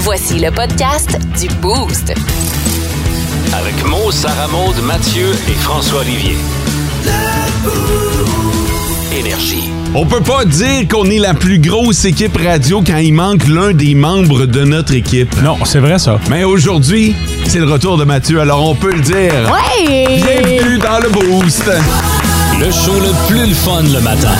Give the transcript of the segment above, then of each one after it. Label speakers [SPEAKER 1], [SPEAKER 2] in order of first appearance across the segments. [SPEAKER 1] Voici le podcast du Boost.
[SPEAKER 2] Avec Mo, Sarah Maud, Mathieu et François Olivier. Énergie.
[SPEAKER 3] On peut pas dire qu'on est la plus grosse équipe radio quand il manque l'un des membres de notre équipe.
[SPEAKER 4] Non, c'est vrai ça.
[SPEAKER 3] Mais aujourd'hui, c'est le retour de Mathieu, alors on peut le dire.
[SPEAKER 5] Ouais!
[SPEAKER 3] Bienvenue dans le Boost.
[SPEAKER 2] Le show le plus le fun le matin.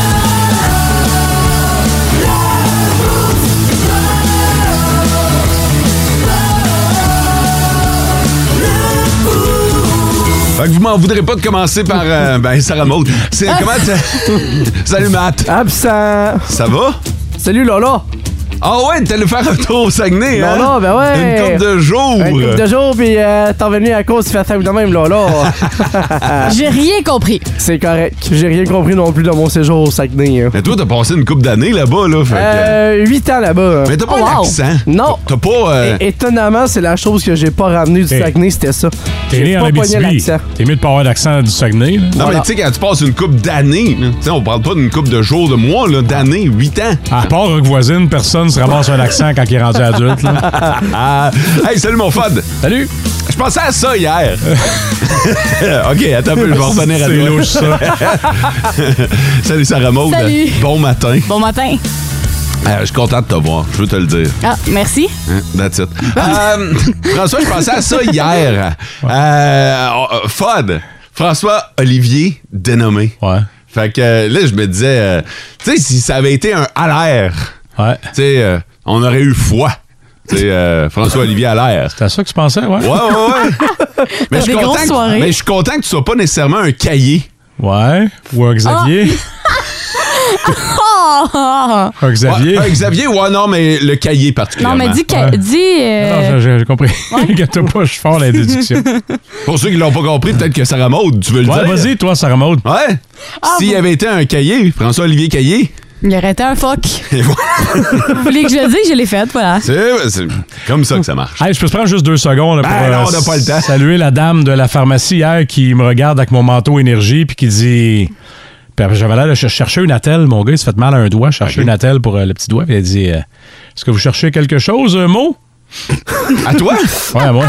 [SPEAKER 3] Fait que vous m'en voudrez pas de commencer par euh, ben Sarah Maud. C'est comment t'as- Salut Matt.
[SPEAKER 6] Ah! Absent.
[SPEAKER 3] Ça va
[SPEAKER 6] Salut Lola.
[SPEAKER 3] Ah ouais, t'allais faire un tour au Saguenay hein
[SPEAKER 6] Lola, ben ouais.
[SPEAKER 3] Une coupe de jours.
[SPEAKER 6] Un couple de jours, puis euh, t'es revenu à cause, tu fais ça de même, Lola.
[SPEAKER 5] J'ai rien compris.
[SPEAKER 6] C'est correct. J'ai rien compris non plus de mon séjour au Saguenay. hein.
[SPEAKER 3] Mais toi, t'as passé une coupe d'années là-bas là, fait que-
[SPEAKER 6] Euh, 8 ans là-bas. hein.
[SPEAKER 3] Mais t'as pas
[SPEAKER 5] Oh, wow.
[SPEAKER 3] l'accent.
[SPEAKER 6] Non.
[SPEAKER 3] T'as pas euh,
[SPEAKER 6] É- Étonnamment, c'est la chose que j'ai pas ramenée du
[SPEAKER 4] Hey.
[SPEAKER 6] Saguenay, c'était ça.
[SPEAKER 4] T'es né
[SPEAKER 6] J'ai
[SPEAKER 4] en
[SPEAKER 6] pas pogné
[SPEAKER 4] Abitibi.
[SPEAKER 6] l'accent.
[SPEAKER 4] T'es mieux de pas avoir l'accent du Saguenay. là.
[SPEAKER 3] Non,
[SPEAKER 6] Voilà.
[SPEAKER 3] mais tu sais, quand tu passes une coupe d'années, là, tu sais, on parle pas d'une coupe de jours, de mois, là, d'années, huit ans.
[SPEAKER 4] À part Rock Voisine, personne se ramasse un accent quand il est rendu adulte. là.
[SPEAKER 3] Ah, hey, salut mon fad!
[SPEAKER 4] Salut!
[SPEAKER 3] Je pensais à ça hier! ok, attends un peu, je vais revenir à
[SPEAKER 4] C'est
[SPEAKER 3] toi.
[SPEAKER 4] louche, ça.
[SPEAKER 3] Salut Sarah Maud.
[SPEAKER 5] Salut.
[SPEAKER 3] Bon matin.
[SPEAKER 5] Bon matin.
[SPEAKER 3] Euh, je suis content de te voir, je veux te le dire.
[SPEAKER 5] Ah, merci.
[SPEAKER 3] Hein, That's it. Euh, François, je pensais à ça hier. Euh, oh, Fod, François Olivier dénommé.
[SPEAKER 4] Ouais.
[SPEAKER 3] Fait que euh, là, je me disais, euh, tu sais, si ça avait été un à l'air,
[SPEAKER 4] Ouais.
[SPEAKER 3] tu sais, euh, on aurait eu foi. Tu sais, euh, François Olivier à l'air.
[SPEAKER 4] C'est à ça que tu pensais, ouais?
[SPEAKER 3] Ouais, ouais, ouais. mais je
[SPEAKER 5] des
[SPEAKER 3] suis content
[SPEAKER 5] grosses
[SPEAKER 3] que-
[SPEAKER 5] soirées.
[SPEAKER 3] mais je suis content que tu sois pas nécessairement un cahier.
[SPEAKER 4] Ouais. Ou un Xavier.
[SPEAKER 5] Ah.
[SPEAKER 4] Un Ah, Xavier.
[SPEAKER 3] Ouais, un Xavier, ouais, non, mais le cahier particulièrement.
[SPEAKER 5] Non, mais dis. que-
[SPEAKER 4] Ouais.
[SPEAKER 5] dis euh,
[SPEAKER 4] Non, Ah, j'ai j'ai compris. Inquiète-toi pas, je suis fort à la déduction.
[SPEAKER 3] Pour ceux qui l'ont pas compris, peut-être que Sarah Maud, tu veux le
[SPEAKER 4] Ouais,
[SPEAKER 3] dire.
[SPEAKER 4] vas-y, toi, Sarah Maud.
[SPEAKER 3] Ouais.
[SPEAKER 6] Ah,
[SPEAKER 3] S'il avait été un cahier, François-Olivier Cahier.
[SPEAKER 5] il aurait été un fuck.
[SPEAKER 3] Et voilà.
[SPEAKER 5] Vous voulez que je le dise, je l'ai fait, voilà.
[SPEAKER 3] C'est c'est comme ça que ça marche.
[SPEAKER 4] Hey, je peux te prendre juste deux secondes là,
[SPEAKER 3] Ben
[SPEAKER 4] pour euh,
[SPEAKER 3] non, on n'a pas le temps.
[SPEAKER 4] saluer la dame de la pharmacie hier qui me regarde avec mon manteau énergie puis qui dit. Puis après, J'avais l'air de ch- chercher une attelle. Mon gars, il s'est fait mal à un doigt. Chercher une attelle pour euh, le petit doigt. Puis elle dit euh, Est-ce que vous cherchez quelque chose, un mot
[SPEAKER 3] À toi?
[SPEAKER 4] Ouais, à moi.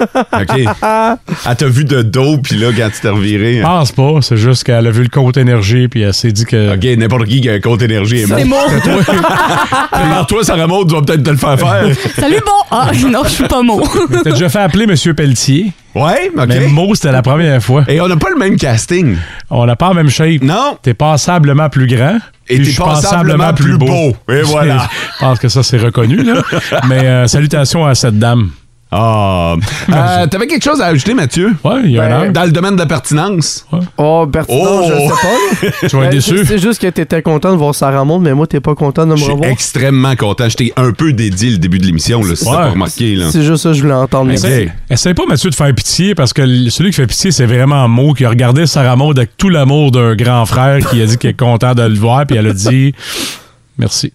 [SPEAKER 3] OK. Elle t'a vu de dos, puis là, quand tu t'es reviré.
[SPEAKER 4] Je pense pas. C'est juste qu'elle a vu le compte énergie puis elle s'est dit que.
[SPEAKER 3] OK, n'importe qui qui a un compte énergie est mort. Alors toi, Sarah Maud, tu vas peut-être te le faire faire.
[SPEAKER 5] Salut, bon. Ah, non, je suis pas mot.
[SPEAKER 4] T'as déjà fait appeler M. Pelletier.
[SPEAKER 3] Ouais, OK.
[SPEAKER 4] Mais mot, c'était la première fois.
[SPEAKER 3] Et on n'a pas le même casting.
[SPEAKER 4] On n'a pas la même shape.
[SPEAKER 3] Non.
[SPEAKER 4] T'es passablement plus grand.
[SPEAKER 3] Et
[SPEAKER 4] puis
[SPEAKER 3] t'es
[SPEAKER 4] je suis
[SPEAKER 3] passablement plus beau. Et voilà.
[SPEAKER 4] Je pense que ça, c'est reconnu, là. Mais euh, salutations à cette dame.
[SPEAKER 3] Ah. Euh, T'avais quelque chose à ajouter, Mathieu? Ben,
[SPEAKER 4] Ouais, il y a un an.
[SPEAKER 3] Dans le domaine de la pertinence?
[SPEAKER 6] Oh, pertinent,
[SPEAKER 3] Oh!
[SPEAKER 6] je sais pas. là.
[SPEAKER 4] Tu vas
[SPEAKER 6] Ben,
[SPEAKER 4] être déçu.
[SPEAKER 6] c'est- C'est juste que t'étais content de voir Sarah Monde, mais moi, t'es pas content de me
[SPEAKER 3] Je suis
[SPEAKER 6] revoir.
[SPEAKER 3] extrêmement content. Je t'ai un peu dédié le début de l'émission, là, si t'as
[SPEAKER 4] Ouais.
[SPEAKER 3] pas remarqué. Là.
[SPEAKER 6] C'est juste ça que je voulais entendre.
[SPEAKER 3] Mais
[SPEAKER 6] merci.
[SPEAKER 3] Hey.
[SPEAKER 4] Essaye pas, Mathieu, de faire pitié parce que l- celui qui fait pitié, c'est vraiment Mo qui a regardé Sarah Maud avec tout l'amour d'un grand frère qui a dit qu'il est content de le voir puis elle a dit merci.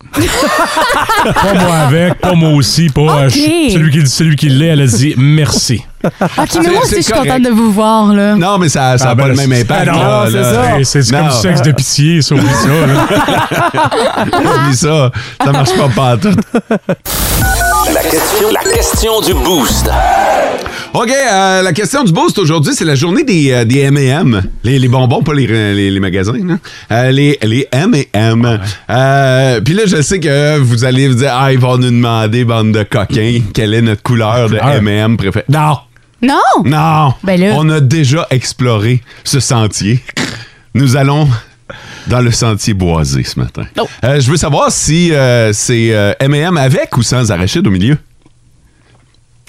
[SPEAKER 4] pas moi avec, pas moi aussi, pas euh,
[SPEAKER 5] Ok.
[SPEAKER 4] ch- celui qui celui qui l'est, elle a dit merci.
[SPEAKER 5] Ok, mais moi
[SPEAKER 3] c'est
[SPEAKER 5] aussi, je suis
[SPEAKER 3] correct.
[SPEAKER 5] contente de vous voir, là.
[SPEAKER 3] Non, mais ça n'a
[SPEAKER 4] Ah,
[SPEAKER 3] pas
[SPEAKER 4] ben,
[SPEAKER 3] le
[SPEAKER 4] c'est-
[SPEAKER 3] même impact.
[SPEAKER 4] Ah, non,
[SPEAKER 3] là,
[SPEAKER 6] c'est
[SPEAKER 3] là.
[SPEAKER 6] ça.
[SPEAKER 4] Hey, C'est du-
[SPEAKER 3] Non.
[SPEAKER 4] comme du sexe de pitié, ça, oublie ça. là.
[SPEAKER 3] Oublie ça. Ça marche pas pas tout.
[SPEAKER 2] La question, la question du boost.
[SPEAKER 3] OK, euh, la question du boost aujourd'hui, c'est la journée des, euh, des M&M. Les, les bonbons, pas les, les, les magasins. là. Euh, les, les M&M. Euh, Puis là, je sais que vous allez vous dire, ah, ils vont nous demander, bande de coquins, quelle est notre couleur de
[SPEAKER 4] Couleur.
[SPEAKER 3] M&M préférée. Non,
[SPEAKER 5] Non!
[SPEAKER 3] non.
[SPEAKER 5] Ben là.
[SPEAKER 3] On a déjà exploré ce sentier. Nous allons dans le sentier boisé ce matin.
[SPEAKER 5] Non.
[SPEAKER 3] Euh, je veux savoir si euh, c'est euh, M&M avec ou sans arachide au milieu.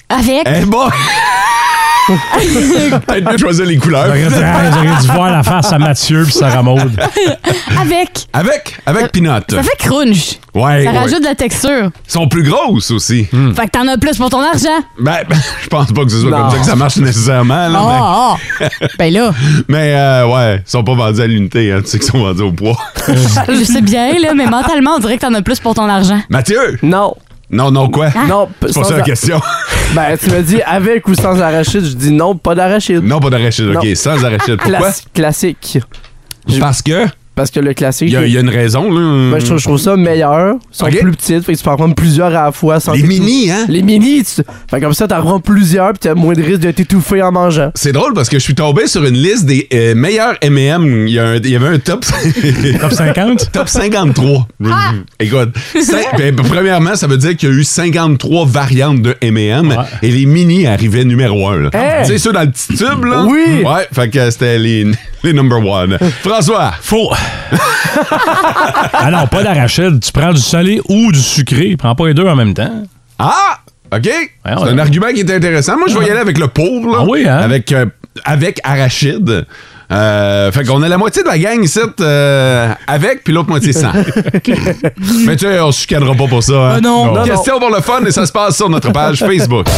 [SPEAKER 5] Avec.
[SPEAKER 3] Eh bon! Peut-être mieux choisir les couleurs.
[SPEAKER 4] J'aurais dû- hey, j'aurais dû voir la face à Mathieu puis Sarah Maud.
[SPEAKER 5] Avec.
[SPEAKER 3] Avec, avec peanut.
[SPEAKER 5] Ça fait crunch.
[SPEAKER 3] Ouais,
[SPEAKER 5] Ça
[SPEAKER 3] ouais.
[SPEAKER 5] rajoute de la texture.
[SPEAKER 3] Ils sont plus grosses aussi.
[SPEAKER 4] Hmm.
[SPEAKER 5] Fait que t'en as plus pour ton argent.
[SPEAKER 3] Ben, ben, je pense pas que ce soit
[SPEAKER 6] Non.
[SPEAKER 3] comme ça que ça marche nécessairement. là,
[SPEAKER 5] Oh, oh. Ben là,
[SPEAKER 3] Mais, mais, euh, ouais, ils sont pas vendus à l'unité. hein. Tu sais qu'ils sont vendus au poids.
[SPEAKER 4] Euh,
[SPEAKER 5] je sais bien, là, mais mentalement, on dirait que t'en as plus pour ton argent.
[SPEAKER 3] Mathieu!
[SPEAKER 6] Non,
[SPEAKER 3] Non, non, quoi?
[SPEAKER 6] non, p-
[SPEAKER 3] C'est
[SPEAKER 6] sans
[SPEAKER 3] pas ça la
[SPEAKER 6] a-
[SPEAKER 3] question.
[SPEAKER 6] Ben, tu me dis avec ou sans arachide, je dis non, pas d'arachide.
[SPEAKER 3] non, pas d'arachide.
[SPEAKER 6] Non.
[SPEAKER 3] OK, sans arachide. Pourquoi?
[SPEAKER 6] Classi- classique.
[SPEAKER 3] Parce que...
[SPEAKER 6] Parce que le classique.
[SPEAKER 3] Il y, a- il y a une raison, là.
[SPEAKER 6] ben, je, trouve, je trouve ça meilleur. Ils sont
[SPEAKER 3] Ok.
[SPEAKER 6] plus petites, fait que tu peux en prendre plusieurs à la fois. Sans
[SPEAKER 3] Les
[SPEAKER 6] t'étou-
[SPEAKER 3] mini, hein?
[SPEAKER 6] Les mini, tu... fait que comme ça, t'en prends plusieurs pis t'as moins de risque de t'étouffer en mangeant.
[SPEAKER 3] C'est drôle parce que je suis tombé sur une liste des euh, meilleurs M&M. Il y, a un- il y avait un top...
[SPEAKER 4] Top 50?
[SPEAKER 3] Top 53.
[SPEAKER 7] Ah,
[SPEAKER 5] Ah.
[SPEAKER 3] Écoute, cinq- ben, premièrement, ça veut dire qu'il y a eu 53 variantes de M&M
[SPEAKER 4] Ouais.
[SPEAKER 3] et les mini arrivaient numéro 1.
[SPEAKER 6] Hey!
[SPEAKER 3] Tu sais, ceux dans le petit tube, là?
[SPEAKER 6] Oui!
[SPEAKER 3] Ouais, fait que c'était les, les number one. François!
[SPEAKER 4] Faux! ah non, pas d'arachide. Tu prends du salé ou du sucré. Prends pas les deux en même temps.
[SPEAKER 3] Ah! OK? c'est
[SPEAKER 4] ouais.
[SPEAKER 3] un argument qui est intéressant. Moi, je vais y aller avec le pauvre, là.
[SPEAKER 4] Ah oui, hein?
[SPEAKER 3] Avec, euh, avec arachide. Euh, fait qu'on a la moitié de la gang ici euh, avec, puis l'autre moitié sans. Mais tu sais, on se chicanera pas pour ça. hein?
[SPEAKER 4] Ah non. Non,
[SPEAKER 3] Question pour le fun et ça se passe sur notre page Facebook.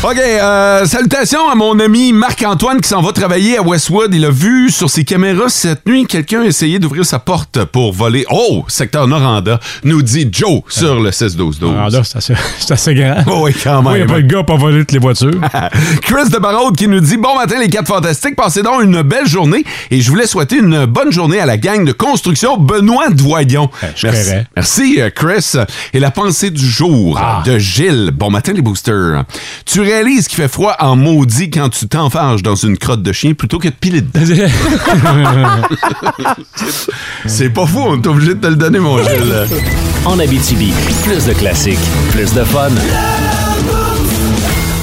[SPEAKER 3] OK, euh, salutations à mon ami Marc-Antoine qui s'en va travailler à Westwood. Il a vu sur ses caméras cette nuit quelqu'un essayer d'ouvrir sa porte pour voler. Oh, secteur Noranda, nous dit Joe sur le 16-12-12.
[SPEAKER 4] Ah là, c'est assez, c'est assez grand.
[SPEAKER 3] Oh oui, quand
[SPEAKER 4] Pourquoi il
[SPEAKER 3] même.
[SPEAKER 4] n'y a pas de gars pas voler toutes les voitures?
[SPEAKER 3] Chris de Barraud qui nous dit Bon matin, les quatre fantastiques. Passez donc une belle journée et je voulais souhaiter une bonne journée à la gang de construction Benoît Doyon.
[SPEAKER 4] Eh, je
[SPEAKER 3] Merci.
[SPEAKER 4] croirais. Ah.
[SPEAKER 3] Merci, euh, Chris. Et la pensée du jour de Gilles. Bon matin, les boosters. Tu réalises qu'il fait froid en maudit quand tu t'enfarges dans une crotte de chien plutôt que de piler dedans. C'est pas fou, on est obligé de te le donner, mon Gilles.
[SPEAKER 2] En Abitibi, plus de classiques, plus de fun.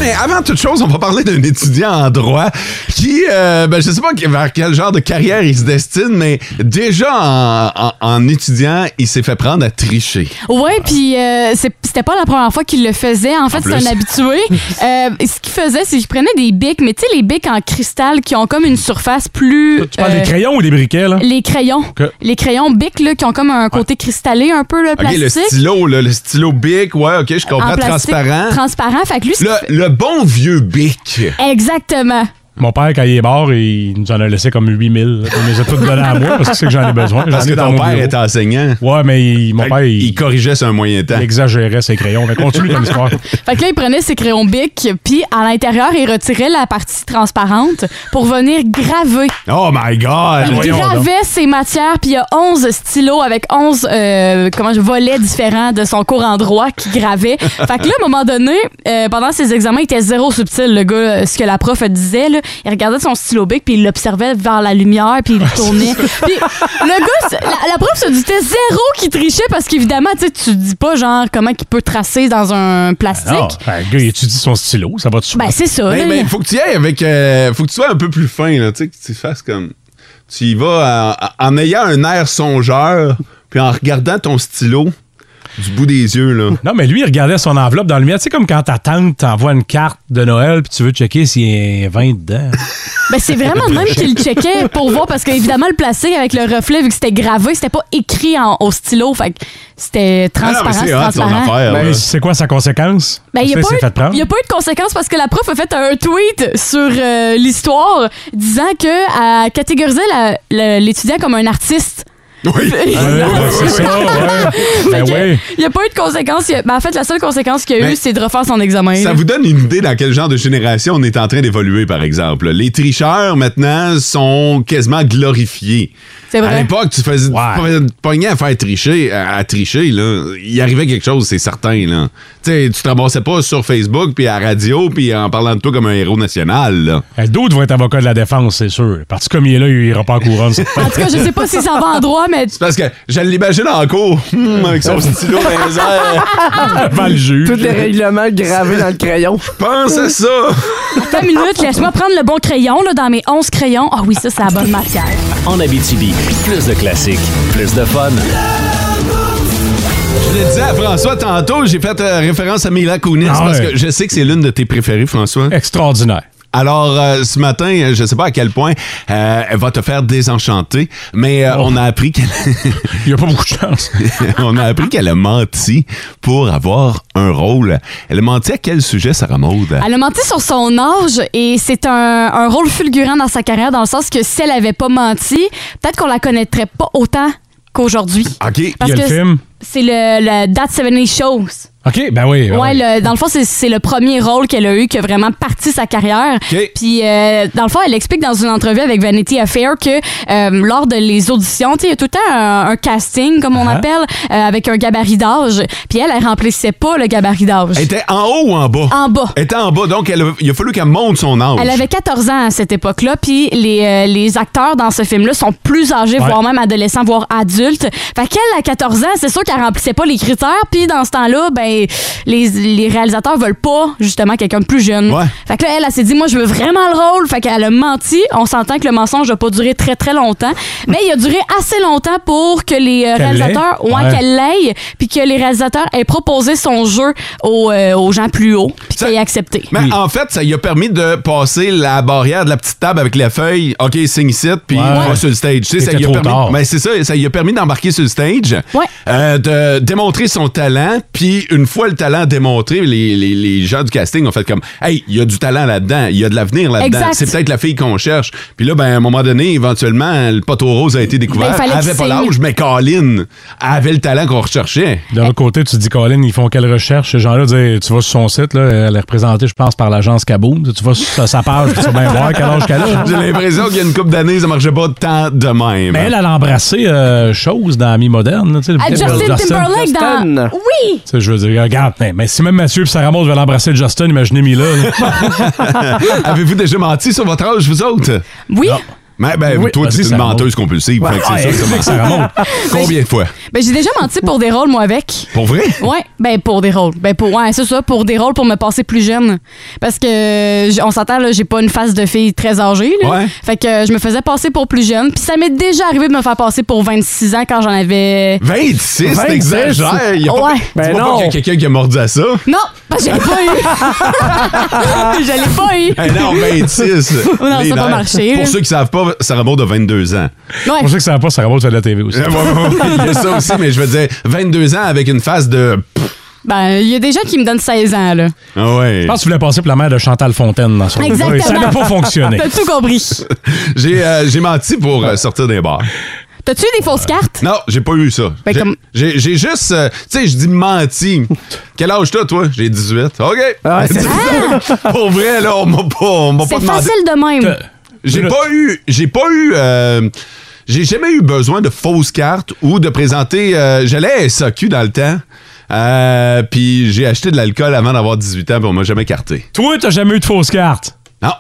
[SPEAKER 3] Mais avant toute chose, on va parler d'un étudiant en droit qui, euh, ben, je sais pas que- vers quel genre de carrière il se destine, mais déjà en, en- en étudiant, il s'est fait prendre à tricher.
[SPEAKER 5] Ouais, puis euh, c'est- c'était pas la première fois qu'il le faisait. En fait, c'est
[SPEAKER 3] plus.
[SPEAKER 5] un habitué. Euh, ce qu'il faisait, c'est qu'il prenait des bics, mais tu sais, les bics en cristal qui ont comme une surface plus.
[SPEAKER 4] tu parles
[SPEAKER 5] euh,
[SPEAKER 4] des crayons hein? ou des briquets, là?
[SPEAKER 5] les crayons.
[SPEAKER 4] Que-
[SPEAKER 5] Les crayons bics, là, qui ont comme un côté cristallé un peu, le
[SPEAKER 3] OK,
[SPEAKER 5] plastique.
[SPEAKER 3] le stylo, là, le stylo Bic, ouais, OK, je comprends,
[SPEAKER 5] en plastique
[SPEAKER 3] transparent.
[SPEAKER 5] Transparent. Fait que lui,
[SPEAKER 3] le, le bon vieux Bic.
[SPEAKER 5] Exactement.
[SPEAKER 4] Mon père, quand il est mort, il nous en a laissé comme 8000. là. Il nous a tout donné à moi parce que c'est que j'en ai besoin. J'en
[SPEAKER 3] Parce
[SPEAKER 4] ai
[SPEAKER 3] que
[SPEAKER 4] dans
[SPEAKER 3] ton
[SPEAKER 4] mon
[SPEAKER 3] père
[SPEAKER 4] bureau.
[SPEAKER 3] est enseignant.
[SPEAKER 4] Ouais, mais il- mon
[SPEAKER 3] Fait
[SPEAKER 4] père,
[SPEAKER 3] qu'il
[SPEAKER 4] il,
[SPEAKER 3] corrigeait sur un moyen temps.
[SPEAKER 4] il exagérait ses crayons. Mais continue ton histoire.
[SPEAKER 5] Fait que là, il prenait ses crayons bic, puis à l'intérieur, il retirait la partie transparente pour venir graver.
[SPEAKER 3] Oh my
[SPEAKER 7] Ah,
[SPEAKER 3] God!
[SPEAKER 5] Il
[SPEAKER 4] voyons
[SPEAKER 5] gravait ses matières, puis il y a 11 stylos avec 11 euh, comment, je- volets différents de son cours en droit qui gravait. Fait que là, à un moment donné, euh, pendant ses examens, il était zéro subtil, le gars, euh, ce que la prof disait. Là, il regardait son stylo bic, puis il l'observait vers la lumière, puis il le tournait. puis le gars, c'est- la, la prof se doutait zéro qu'il trichait, parce qu'évidemment, tu sais, tu dis pas, genre, comment qu'il peut tracer dans un plastique.
[SPEAKER 4] Non, ben, le gars, il étudie son stylo, ça va de soi.
[SPEAKER 5] Ah, Ben, c'est ça.
[SPEAKER 3] Mais
[SPEAKER 5] là.
[SPEAKER 3] faut que tu y ailles avec. euh, faut que tu sois un peu plus fin, là. Tu sais, que tu fasses comme. Tu y vas en, en ayant un air songeur, puis en regardant ton stylo du bout des yeux, là.
[SPEAKER 4] Non, mais lui, il regardait son enveloppe dans le miel. Tu sais, comme quand ta tante t'envoie une carte de Noël puis tu veux checker s'il y a 20
[SPEAKER 3] Ah
[SPEAKER 4] dedans.
[SPEAKER 5] Ben, c'est vraiment de même qu'il le checkait pour voir parce qu'évidemment, le plastique avec le reflet, vu que c'était gravé, c'était pas écrit en- au stylo. Fait que c'était
[SPEAKER 3] Ah
[SPEAKER 5] transparent.
[SPEAKER 3] non,
[SPEAKER 5] c'est
[SPEAKER 3] mais c'est hot, son
[SPEAKER 5] transparent.
[SPEAKER 3] affaire. là.
[SPEAKER 4] Mais Ben, c'est quoi sa conséquence?
[SPEAKER 5] Ben, il n'y a, pas
[SPEAKER 4] Tu sais, il s'est fait
[SPEAKER 5] eu-
[SPEAKER 4] prendre.
[SPEAKER 5] il y a pas eu de conséquences parce que la prof a fait un tweet sur euh, l'histoire disant que elle catégorisait la- la- l'étudiant comme un artiste.
[SPEAKER 3] oui.
[SPEAKER 4] Ouais, ben, c'est ça, ouais. Ben
[SPEAKER 5] Fait que,
[SPEAKER 4] oui.
[SPEAKER 5] Il n'y a pas eu de conséquences. Il y a- ben, en fait, la seule conséquence qu'il y a
[SPEAKER 3] Mais-
[SPEAKER 5] eu, c'est de refaire son examen.
[SPEAKER 3] Ça
[SPEAKER 5] là.
[SPEAKER 3] vous donne une idée dans quel genre de génération on est en train d'évoluer, par exemple. Les tricheurs, maintenant, sont quasiment glorifiés.
[SPEAKER 5] C'est vrai.
[SPEAKER 3] À l'époque, tu faisais
[SPEAKER 4] Ouais.
[SPEAKER 3] tu pouvais te pogner à faire tricher, à, à tricher, là. Il arrivait quelque chose, c'est certain, là. Tu sais, tu te ramassais pas sur Facebook, puis à la radio, puis en parlant de toi comme un héros national, là.
[SPEAKER 4] Eh, D'autres vont être avocats de la défense, c'est sûr. Parti comme il est là, il ira pas en couronne. c'est pas-
[SPEAKER 5] En tout cas, je sais pas si ça va en droit, mais
[SPEAKER 3] C'est parce que je l'imagine en cours, hum, avec son stylo dans les airs.
[SPEAKER 4] Devant le juge.
[SPEAKER 6] Tous les règlements gravés dans le crayon.
[SPEAKER 3] Pense à ça!
[SPEAKER 5] Attends une minute, laisse-moi prendre le bon crayon là, dans mes 11 crayons. Ah oui, ça, c'est la bonne matière.
[SPEAKER 2] En Abitibi, plus de classiques, plus de fun.
[SPEAKER 3] Je le disais à François tantôt, j'ai fait euh, référence à Mila Kunis
[SPEAKER 4] Ah
[SPEAKER 3] parce
[SPEAKER 4] ouais.
[SPEAKER 3] que je sais que c'est l'une de tes préférées, François.
[SPEAKER 4] Extraordinaire.
[SPEAKER 3] Alors, euh, ce matin, euh, je sais pas à quel point euh, elle va te faire désenchanter, mais euh, on a appris qu'elle
[SPEAKER 4] Oh. Il n'y a pas beaucoup de chance.
[SPEAKER 3] on a appris qu'elle a menti pour avoir un rôle. Elle a menti à quel sujet, Sarah Maud?
[SPEAKER 5] Elle a menti sur son âge et c'est un, un rôle fulgurant dans sa carrière dans le sens que si elle avait pas menti, peut-être qu'on la connaîtrait pas autant qu'aujourd'hui.
[SPEAKER 3] OK.
[SPEAKER 5] Parce
[SPEAKER 4] Il y a
[SPEAKER 5] que
[SPEAKER 4] le film.
[SPEAKER 5] c'est le, le That 70 Shows.
[SPEAKER 4] OK, ben oui. ben
[SPEAKER 5] Ouais,
[SPEAKER 4] oui.
[SPEAKER 5] le- dans le fond, c'est- c'est le premier rôle qu'elle a eu qui a vraiment parti sa carrière.
[SPEAKER 3] OK.
[SPEAKER 5] Puis, euh, dans le fond, elle explique dans une entrevue avec Vanity Affair que euh, lors de les auditions, tu sais, il y a tout le temps un, un casting, comme on
[SPEAKER 4] Ah.
[SPEAKER 5] appelle, euh, avec un gabarit d'âge. Puis elle, elle remplissait pas le gabarit d'âge.
[SPEAKER 3] Elle était en haut ou en bas?
[SPEAKER 5] En bas.
[SPEAKER 3] Elle était en bas, donc elle a- il a fallu qu'elle monte son âge.
[SPEAKER 5] Elle avait 14 ans à cette époque-là, puis les, euh, les acteurs dans ce film-là sont plus âgés,
[SPEAKER 4] Ouais.
[SPEAKER 5] voire même adolescents, voire adultes. Fait qu'elle, à 14 ans, c'est sûr qu'elle remplissait pas les critères, puis dans ce temps-là, ben, les, les réalisateurs veulent pas, justement, quelqu'un de plus jeune.
[SPEAKER 3] Ouais.
[SPEAKER 5] Fait que là, elle, elle s'est dit, moi, je veux vraiment le rôle. Fait qu'elle a menti. On s'entend que le mensonge n'a pas duré très, très longtemps, mais il a duré assez longtemps pour que les euh,
[SPEAKER 4] Qu'elle
[SPEAKER 5] réalisateurs,
[SPEAKER 4] l'ait.
[SPEAKER 5] ouais,
[SPEAKER 4] Ouais.
[SPEAKER 5] qu'elle l'aille, puis que les réalisateurs aient proposé son jeu aux, euh, aux gens plus hauts, puis
[SPEAKER 3] Ça-
[SPEAKER 5] qu'ils aient accepté.
[SPEAKER 3] Mais en fait, ça lui a permis de passer la barrière de la petite table avec la feuille. OK, signe ici, puis
[SPEAKER 4] Ouais.
[SPEAKER 3] on va sur le stage. Tu sais, ça
[SPEAKER 4] C'était
[SPEAKER 3] lui a
[SPEAKER 4] trop
[SPEAKER 3] permis,
[SPEAKER 4] tard.
[SPEAKER 3] mais c'est ça, ça lui a permis d'embarquer sur le stage,
[SPEAKER 5] Ouais.
[SPEAKER 3] euh, de démontrer son talent. Puis une fois le talent démontré, les, les- les gens du casting ont fait comme Hey, il y a du talent là-dedans, il y a de l'avenir là-dedans.
[SPEAKER 5] Exact.
[SPEAKER 3] C'est peut-être la fille qu'on cherche. Puis là, ben, à un moment donné, éventuellement, le poteau rose a été découvert.
[SPEAKER 5] Ben, il fallait
[SPEAKER 3] elle avait
[SPEAKER 5] qu'il
[SPEAKER 3] pas
[SPEAKER 5] signe.
[SPEAKER 3] l'âge, mais Colin avait le talent qu'on recherchait.
[SPEAKER 4] De l'autre côté, tu te dis, Colin, ils font quelle recherche? Ces gens-là, dire, tu vas sur son site, là, elle est représentée, je pense, par l'agence Kaboom. Tu vas sur sa page, tu vas bien voir quel âge qu'elle a.
[SPEAKER 3] J'ai l'impression qu'il y a une couple d'années, ça marchait pas tant de même.
[SPEAKER 4] Mais elle, elle a embrassé euh, chose dans la mi-moderne. là, tu sais, le
[SPEAKER 5] À
[SPEAKER 4] Justin
[SPEAKER 5] Ah, Justin Timberlake dans.
[SPEAKER 6] Justin.
[SPEAKER 5] Oui!
[SPEAKER 4] Tu sais, je veux dire, regarde, mais, mais si même Mathieu et Sarah Maud veulent embrasser Justin, imaginez Mila. là.
[SPEAKER 3] Avez-vous déjà menti sur votre âge, vous autres?
[SPEAKER 5] Oui!
[SPEAKER 3] Mais ben,
[SPEAKER 4] Oui.
[SPEAKER 3] toi,
[SPEAKER 4] Vas-y,
[SPEAKER 3] tu es une
[SPEAKER 4] Sarah Maud.
[SPEAKER 3] menteuse compulsive. fait que
[SPEAKER 4] Ah,
[SPEAKER 3] c'est ça,
[SPEAKER 4] exact,
[SPEAKER 3] ça
[SPEAKER 4] Sarah Maud.
[SPEAKER 3] marche. Combien de fois?
[SPEAKER 5] Ben, j'ai déjà menti pour des rôles, moi, avec.
[SPEAKER 3] Pour vrai?
[SPEAKER 5] Ouais, ben pour des rôles. Ben pour ouais, c'est ça, pour des rôles pour me passer plus jeune parce que j- on s'entend là, j'ai pas une face de fille très âgée là.
[SPEAKER 3] Ouais.
[SPEAKER 5] Fait que euh, je me faisais passer pour plus jeune, puis ça m'est déjà arrivé de me faire passer pour 26 ans quand j'en avais
[SPEAKER 3] 26,
[SPEAKER 6] 26.
[SPEAKER 3] t'exagères. Il y a pas,
[SPEAKER 5] Ouais.
[SPEAKER 3] tu
[SPEAKER 6] Ben
[SPEAKER 3] vois pas
[SPEAKER 6] non.
[SPEAKER 3] qu'il y a quelqu'un qui a mordu à ça?
[SPEAKER 5] Non, parce que je l'ai pas eu. je l'ai pas eu.
[SPEAKER 3] Eh non, 26.
[SPEAKER 5] Oh non,
[SPEAKER 3] Les
[SPEAKER 5] ça a pas
[SPEAKER 3] nerfs.
[SPEAKER 5] marché, là.
[SPEAKER 3] Pour ceux qui savent pas, Sarah Maud a 22 ans.
[SPEAKER 5] Ouais.
[SPEAKER 4] Pour ceux qui ne savent pas, Sarah Maud fait de la TV aussi.
[SPEAKER 3] Ouais, ouais, ouais, Il y a ça aussi, mais je veux dire, 22 ans avec une face de...
[SPEAKER 5] Ben il y a des gens qui me donnent 16 ans là.
[SPEAKER 3] Ah ouais.
[SPEAKER 4] Je pense que tu voulais passer pour la mère de Chantal Fontaine dans son
[SPEAKER 5] Exactement.
[SPEAKER 4] Ça n'a pas fonctionné.
[SPEAKER 5] T'as tout compris.
[SPEAKER 3] J'ai euh, j'ai menti pour euh, sortir des bars.
[SPEAKER 5] T'as-tu eu des fausses cartes
[SPEAKER 3] Non, j'ai pas eu ça.
[SPEAKER 5] Ben,
[SPEAKER 3] J'ai-
[SPEAKER 5] comme-
[SPEAKER 3] J'ai j'ai juste... euh, tu sais, je dis menti. Quel âge t'as, toi? J'ai 18. OK.
[SPEAKER 6] Ah, c'est-
[SPEAKER 3] Pour vrai, là, on m'a pas, on m'a pas
[SPEAKER 5] C'est
[SPEAKER 3] demandé.
[SPEAKER 5] facile de même.
[SPEAKER 4] Euh,
[SPEAKER 3] J'ai
[SPEAKER 4] Là-
[SPEAKER 3] pas eu. J'ai pas eu. euh, j'ai jamais eu besoin de fausses cartes ou de présenter. euh, J'allais à SAQ dans le temps. euh, puis j'ai acheté de l'alcool avant d'avoir 18 ans, puis on m'a jamais carté.
[SPEAKER 4] Toi, t'as jamais eu de fausse carte.
[SPEAKER 3] Non.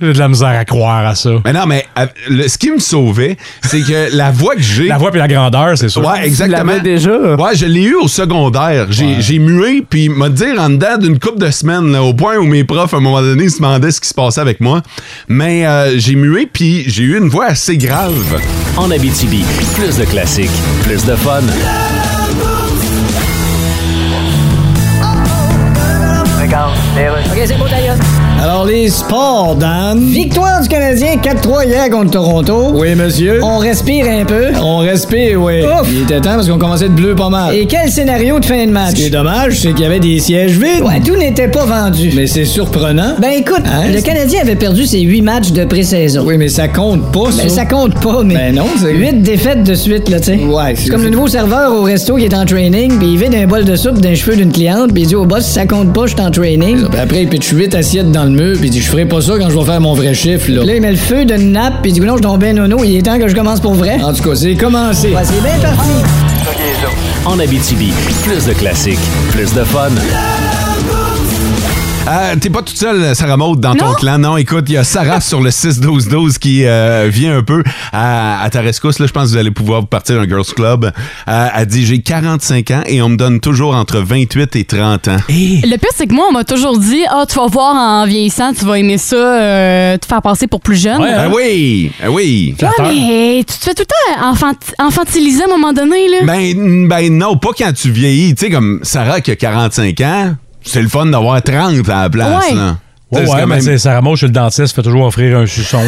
[SPEAKER 4] J'ai de la misère à croire à ça.
[SPEAKER 3] Mais non, mais euh, le- ce qui me sauvait, c'est que la voix que j'ai.
[SPEAKER 4] La voix et la grandeur, c'est sûr.
[SPEAKER 3] Ouais,
[SPEAKER 6] Tu
[SPEAKER 3] exactement.
[SPEAKER 6] l'avais déjà?
[SPEAKER 3] Ouais, je l'ai eu au secondaire. J'ai j'ai mué, puis m'a dire en dedans d'une couple de semaines, là, au point où mes profs, à un moment donné, se demandaient ce qui se passait avec moi. Mais euh, j'ai mué, puis j'ai eu une voix assez grave.
[SPEAKER 2] En Abitibi, plus de classiques, plus de fun.
[SPEAKER 8] Alors, les sports, Dan. Victoire du Canadien 4-3 hier contre Toronto.
[SPEAKER 9] Oui, monsieur.
[SPEAKER 8] On respire un peu.
[SPEAKER 9] On respire, oui.
[SPEAKER 8] Ouf!
[SPEAKER 9] Il était temps parce qu'on commençait de bleu pas mal.
[SPEAKER 8] Et quel scénario de fin de
[SPEAKER 9] Ce
[SPEAKER 8] match?
[SPEAKER 9] qui est dommage, c'est qu'il y avait des sièges vides.
[SPEAKER 8] Ouais, tout n'était pas vendu.
[SPEAKER 9] Mais c'est surprenant.
[SPEAKER 8] Ben écoute,
[SPEAKER 9] Hein?
[SPEAKER 8] le Canadien avait perdu ses huit matchs de pré-saison.
[SPEAKER 9] oui, mais ça compte pas,
[SPEAKER 8] Ben, ça compte pas, mais.
[SPEAKER 9] Ben non, c'est-
[SPEAKER 8] Huit défaites de suite, là, tu sais.
[SPEAKER 9] Ouais,
[SPEAKER 8] c'est.
[SPEAKER 9] c'est-
[SPEAKER 8] comme le nouveau serveur au resto qui est en training, puis il vide un bol de soupe d'un cheveu d'une cliente, puis il dit au boss, ça compte pas, je suis en training.
[SPEAKER 9] Ben après, il pitch 8 assiettes dans le mur, puis il dit Je ferai pas ça quand je vais faire mon vrai chiffre, là.
[SPEAKER 8] Là, il met le feu d'une nappe, puis il dit, non, je tombe bien nono, il est temps que je commence pour vrai. Ben.
[SPEAKER 9] En tout cas, c'est commencé.
[SPEAKER 8] Ouais, c'est bien parti.
[SPEAKER 2] En Abitibi, plus de classiques, plus de fun.
[SPEAKER 3] Euh, T'es pas toute seule, Sarah Maud, dans ton
[SPEAKER 5] Non.
[SPEAKER 3] clan. Non, écoute, il y a Sarah sur le 6-12-12 qui euh, vient un peu à, à ta rescousse. Là, je pense que vous allez pouvoir partir un girls club. Euh, elle dit, j'ai 45 ans et on me donne toujours entre 28 et 30 ans.
[SPEAKER 6] Eh,
[SPEAKER 5] Le pire, c'est que moi, on m'a toujours dit Ah, tu vas voir en vieillissant, tu vas aimer ça, euh, te faire passer pour plus jeune.
[SPEAKER 4] Ouais,
[SPEAKER 5] Ouais, hein?
[SPEAKER 3] Ah oui, ah oui.
[SPEAKER 5] mais tu te fais tout le temps enfant- infantiliser à un moment donné, là.
[SPEAKER 3] Ben, ben non, pas quand tu vieillis. Tu sais, comme Sarah qui a 45 ans, c'est le fun d'avoir 30 à la place.
[SPEAKER 5] Ouais.
[SPEAKER 3] là.
[SPEAKER 4] Ouais,
[SPEAKER 3] C'est
[SPEAKER 4] ouais,
[SPEAKER 3] quand
[SPEAKER 4] mais
[SPEAKER 3] même-
[SPEAKER 4] c'est Sarah Maud, je suis le dentiste, fait toujours offrir un suçon.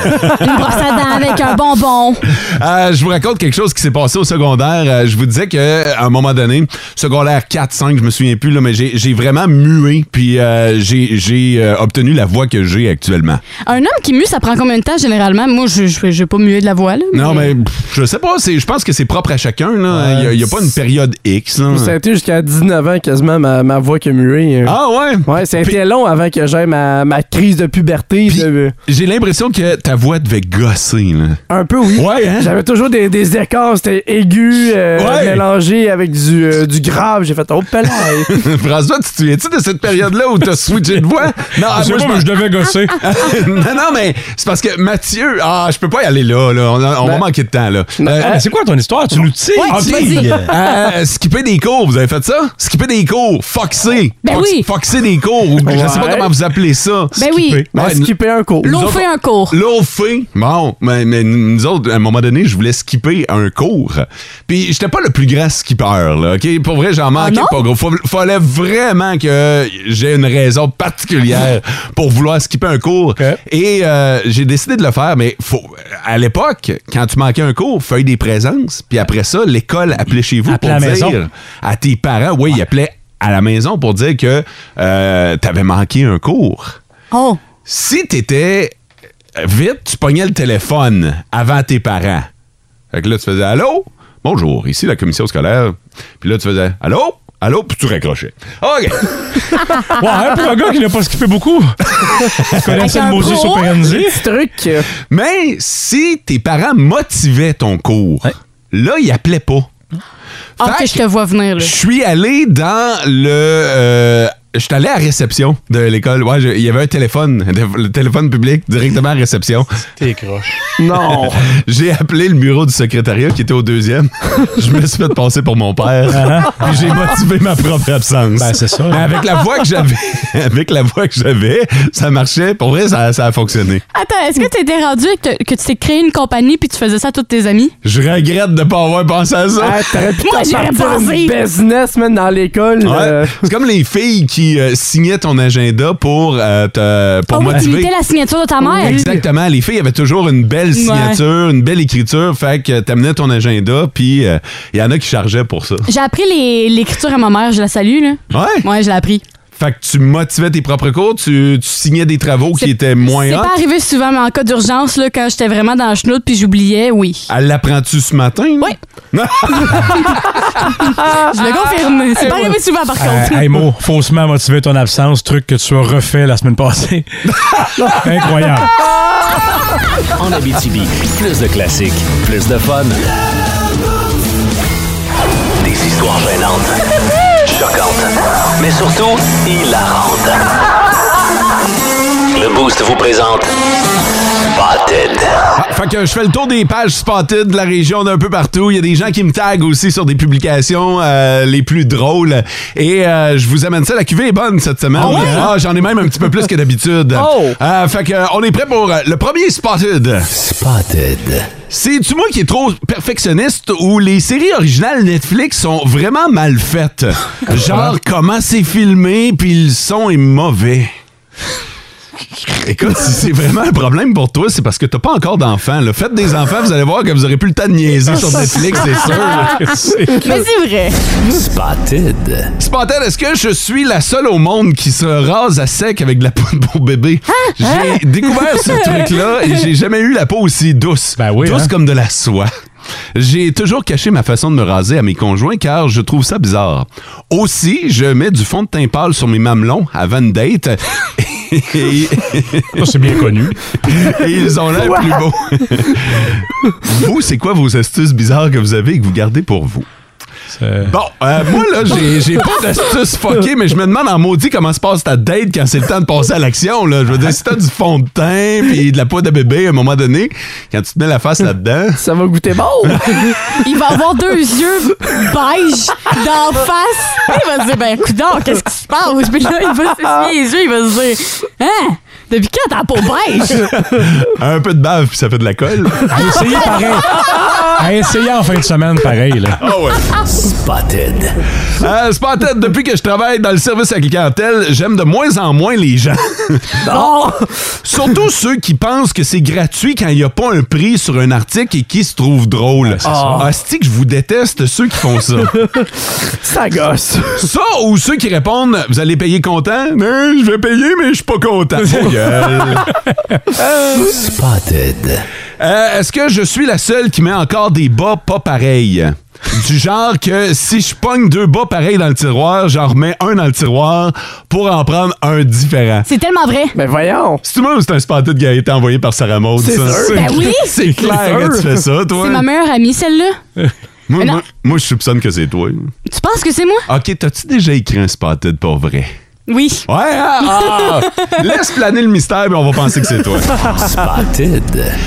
[SPEAKER 5] Une brosse à dents avec un bonbon.
[SPEAKER 3] Euh, je vous raconte quelque chose qui s'est passé au secondaire. Euh, je vous disais qu'à un moment donné, secondaire 4, 5, je me souviens plus, là, mais j'ai j'ai vraiment mué, puis euh, j'ai j'ai, euh, obtenu la voix que j'ai actuellement.
[SPEAKER 5] Un homme qui mue, ça prend combien de temps généralement? Moi, je je- j'ai pas mué de la voix, là.
[SPEAKER 3] Non, mais pff, je sais pas, c'est- je pense que c'est propre à chacun. là. Il n'y a, pas une période X. là.
[SPEAKER 6] Ça a été jusqu'à 19 ans quasiment ma, ma voix qui a mué. hein.
[SPEAKER 3] Ah ouais?
[SPEAKER 6] Ouais, ça a
[SPEAKER 3] Puis-
[SPEAKER 6] été long avant que j'aie ma, ma crise de puberté.
[SPEAKER 3] Puis-
[SPEAKER 6] de-
[SPEAKER 3] J'ai l'impression que ta voix devait gosser. Là.
[SPEAKER 6] un peu, oui.
[SPEAKER 3] Ouais, hein?
[SPEAKER 6] J'avais toujours des, des écarts, c'était aigu, euh,
[SPEAKER 3] Ouais.
[SPEAKER 6] mélangé avec du, euh, du grave. J'ai fait, oh, pelle!
[SPEAKER 3] François, tu te souviens-tu de cette période-là où t'as switché de voix? Non,
[SPEAKER 4] Je sais
[SPEAKER 3] moi,
[SPEAKER 4] pas,
[SPEAKER 3] je
[SPEAKER 4] mais je devais gosser. Ah,
[SPEAKER 3] non, non, mais c'est parce que Mathieu, ah, je peux pas y aller là, là. On, a- on va
[SPEAKER 6] Ben-
[SPEAKER 3] manquer de temps, là. Euh,
[SPEAKER 4] Ah, mais c'est quoi ton histoire? Tu nous tires?
[SPEAKER 3] Ok.
[SPEAKER 4] Ok.
[SPEAKER 3] Euh, skipper des cours, vous avez fait ça? Skipper des cours, foxer.
[SPEAKER 5] Ben
[SPEAKER 3] Fox-
[SPEAKER 5] oui.
[SPEAKER 3] Foxer des cours, ou je sais pas
[SPEAKER 6] Ouais.
[SPEAKER 3] comment vous appelez ça.
[SPEAKER 5] Ben oui.
[SPEAKER 3] Skipper.
[SPEAKER 6] Ben,
[SPEAKER 3] Ouais,
[SPEAKER 6] skipper un cours.
[SPEAKER 5] L'eau fait un cours.
[SPEAKER 3] L'eau fait.
[SPEAKER 4] Hein?
[SPEAKER 3] Bon, mais, mais nous autres, à un moment donné, je voulais skipper un cours. Puis j'étais pas le plus grand skipper, là, OK? Pour vrai, j'en manquais
[SPEAKER 4] Ah
[SPEAKER 5] non?
[SPEAKER 3] pas gros. Faut- fallait vraiment que j'ai une raison particulière pour vouloir skipper un cours.
[SPEAKER 4] OK.
[SPEAKER 3] Et euh, j'ai décidé de le faire, mais faut, à l'époque, quand tu manquais un cours, feuille des présences, puis après ça, l'école appelait chez vous
[SPEAKER 4] Appelait
[SPEAKER 3] pour
[SPEAKER 4] à la
[SPEAKER 3] dire
[SPEAKER 4] maison.
[SPEAKER 3] à tes parents, oui, ils appelaient à la maison pour dire que euh, t'avais manqué un cours
[SPEAKER 5] Oh.
[SPEAKER 3] si t'étais Euh, vite, tu pognais le téléphone avant tes parents. Fait que là, tu faisais Allô? Bonjour, ici la commission scolaire. Puis là, tu faisais Allô? Allô? Puis tu raccrochais. OK.
[SPEAKER 4] Ouais, hein, pour un gars qui n'a pas skippé beaucoup. Tu connaissais
[SPEAKER 5] un
[SPEAKER 4] le Moses
[SPEAKER 5] pro.
[SPEAKER 4] Operandi?
[SPEAKER 6] Petit truc. euh,
[SPEAKER 3] Mais si tes parents motivaient ton cours, là, ils appelaient pas.
[SPEAKER 5] Ah,
[SPEAKER 3] Fait
[SPEAKER 5] que je te vois venir, là.
[SPEAKER 3] Je suis allé dans le. euh, je suis allé à la réception de l'école. Ouais, je- il y avait un téléphone, le téléphone public directement à la réception.
[SPEAKER 4] T'es croche.
[SPEAKER 6] Non.
[SPEAKER 3] J'ai appelé le bureau du secrétariat qui était au deuxième. Je me suis fait passer pour mon père. Puis j'ai motivé ma propre absence.
[SPEAKER 4] Ah. Ben, c'est ça.
[SPEAKER 3] Mais avec la voix que j'avais, avec la voix que j'avais, ça marchait. Pour vrai, ça, ça a fonctionné.
[SPEAKER 5] Attends, est-ce que t'étais rendu et que, que tu t'es créé une compagnie puis tu faisais ça à tous tes amis?
[SPEAKER 3] Je regrette de pas avoir pensé à ça.
[SPEAKER 6] Ah, T'aurais pu
[SPEAKER 5] Moi,
[SPEAKER 6] t'en
[SPEAKER 5] j'aurais
[SPEAKER 6] sortir une
[SPEAKER 5] pensé.
[SPEAKER 6] business, man, dans l'école.
[SPEAKER 3] Ouais.
[SPEAKER 6] euh,
[SPEAKER 3] C'est comme les filles qui euh, signaient ton agenda pour, euh, te- pour
[SPEAKER 5] oh, oui, tu
[SPEAKER 3] motiver.
[SPEAKER 5] imitais la signature de ta mère.
[SPEAKER 3] Exactement. Les filles avaient toujours une belle signature, une belle écriture. Fait que t'amenais ton agenda, puis euh, il y en a qui chargeaient pour ça.
[SPEAKER 5] J'ai appris les- l'écriture à ma mère, je la salue, là.
[SPEAKER 3] Ouais.
[SPEAKER 5] Ouais, je l'ai appris.
[SPEAKER 3] Fait que tu motivais tes propres cours, tu, tu signais des travaux qui
[SPEAKER 5] C'est-
[SPEAKER 3] étaient moins
[SPEAKER 5] C'est pas
[SPEAKER 3] hauts.
[SPEAKER 5] arrivé souvent, mais en cas d'urgence, là, quand j'étais vraiment dans le chenoute puis j'oubliais, oui.
[SPEAKER 3] Elle l'apprend-tu ce matin? là?
[SPEAKER 5] Je le confirme. C'est pas arrivé souvent, par contre.
[SPEAKER 4] Euh, hey, Mo, faussement motivé ton absence, truc que tu as refait la semaine passée. Incroyable.
[SPEAKER 2] Ah! En Abitibi, plus de classiques, plus de fun. Des histoires gênantes, choquantes, mais surtout hilarantes. Le Boost vous présente Spotted.
[SPEAKER 3] Ah, fait que je fais le tour des pages spotted de la région d'un peu partout. Il y a des gens qui me taguent aussi sur des publications euh, les plus drôles. Et euh, je vous amène ça. La cuvée est bonne cette semaine. Ah, J'en ai même un petit peu plus que d'habitude.
[SPEAKER 6] Oh!
[SPEAKER 3] Euh, fait que euh, on est prêt pour euh, le premier spotted.
[SPEAKER 2] Spotted.
[SPEAKER 3] C'est-tu moi qui est trop perfectionniste ou les séries originales Netflix sont vraiment mal faites? Genre, comment c'est filmé, puis le son est mauvais. Écoute, si c'est vraiment un problème pour toi, c'est parce que t'as pas encore d'enfants. là. Faites des enfants, vous allez voir que vous aurez plus le temps de niaiser sur Netflix, c'est sûr.
[SPEAKER 5] Mais c'est vrai.
[SPEAKER 2] Spotted.
[SPEAKER 3] Spantel, est-ce que je suis la seule au monde qui se rase à sec avec de la peau de beau bébé? J'ai découvert ce truc-là et j'ai jamais eu la peau aussi douce.
[SPEAKER 4] Ben oui,
[SPEAKER 3] douce
[SPEAKER 4] hein?
[SPEAKER 3] comme de la soie. J'ai toujours caché ma façon de me raser à mes conjoints car je trouve ça bizarre. Aussi, je mets du fond de teint pâle sur mes mamelons avant une date et,
[SPEAKER 4] Ça, c'est bien connu.
[SPEAKER 3] et ils ont l'air plus beaux. vous, c'est quoi vos astuces bizarres que vous avez et que vous gardez pour vous?
[SPEAKER 4] C'est-
[SPEAKER 3] Bon, euh, moi, là, j'ai- j'ai pas d'astuce fuckée, mais je me demande en maudit comment se passe ta date quand c'est le temps de passer à l'action, là. Je veux dire, si t'as du fond de teint puis de la peau de bébé, à un moment donné, quand tu te mets la face là-dedans...
[SPEAKER 6] Ça va goûter bon.
[SPEAKER 5] Il va avoir deux yeux beige d'en face. Il va se dire, ben, coudonc, qu'est-ce qui se passe? Puis là, il va s'essuyer les yeux, il va se dire, hein? Depuis quand t'as la peau beige?
[SPEAKER 3] Un peu de bave, puis ça fait de la colle.
[SPEAKER 4] J'ai essayé pareil. À essayer en fin de semaine, pareil. Là.
[SPEAKER 3] Ah ouais.
[SPEAKER 2] Spotted.
[SPEAKER 3] Euh, c'est pas en tête, depuis que je travaille dans le service à la clientèle, j'aime de moins en moins les gens. Surtout ceux qui pensent que c'est gratuit quand il n'y a pas un prix sur un article et qui se trouvent drôle. Ah, c'est que je vous déteste ceux qui font ça.
[SPEAKER 6] Ça gosse.
[SPEAKER 3] ça ou ceux qui répondent Vous allez payer content Mais je vais payer, mais je suis pas content. Ta gueule.
[SPEAKER 2] Spotted.
[SPEAKER 3] Euh, Est-ce que je suis la seule qui met encore des bas pas pareils? Du genre que si je pogne deux bas pareils dans le tiroir, j'en remets un dans le tiroir pour en prendre un différent.
[SPEAKER 5] C'est tellement vrai.
[SPEAKER 6] Mais voyons.
[SPEAKER 3] C'est moi ou c'est un spanté de Gaëtan envoyé par Sarah Maud,
[SPEAKER 6] C'est
[SPEAKER 3] ça?
[SPEAKER 6] sûr.
[SPEAKER 3] C'est
[SPEAKER 5] Ben oui.
[SPEAKER 3] c'est clair
[SPEAKER 6] sûr.
[SPEAKER 3] que tu fais ça, toi.
[SPEAKER 5] C'est ma meilleure amie, celle-là.
[SPEAKER 3] Moi,
[SPEAKER 5] Non.
[SPEAKER 3] moi, moi, je soupçonne que c'est toi.
[SPEAKER 5] Tu penses que c'est moi?
[SPEAKER 3] OK, t'as-tu déjà écrit un spotted pour vrai?
[SPEAKER 5] Oui.
[SPEAKER 3] Ouais, ah, ah. Laisse planer le mystère, puis on va penser que c'est toi.
[SPEAKER 2] Spotted.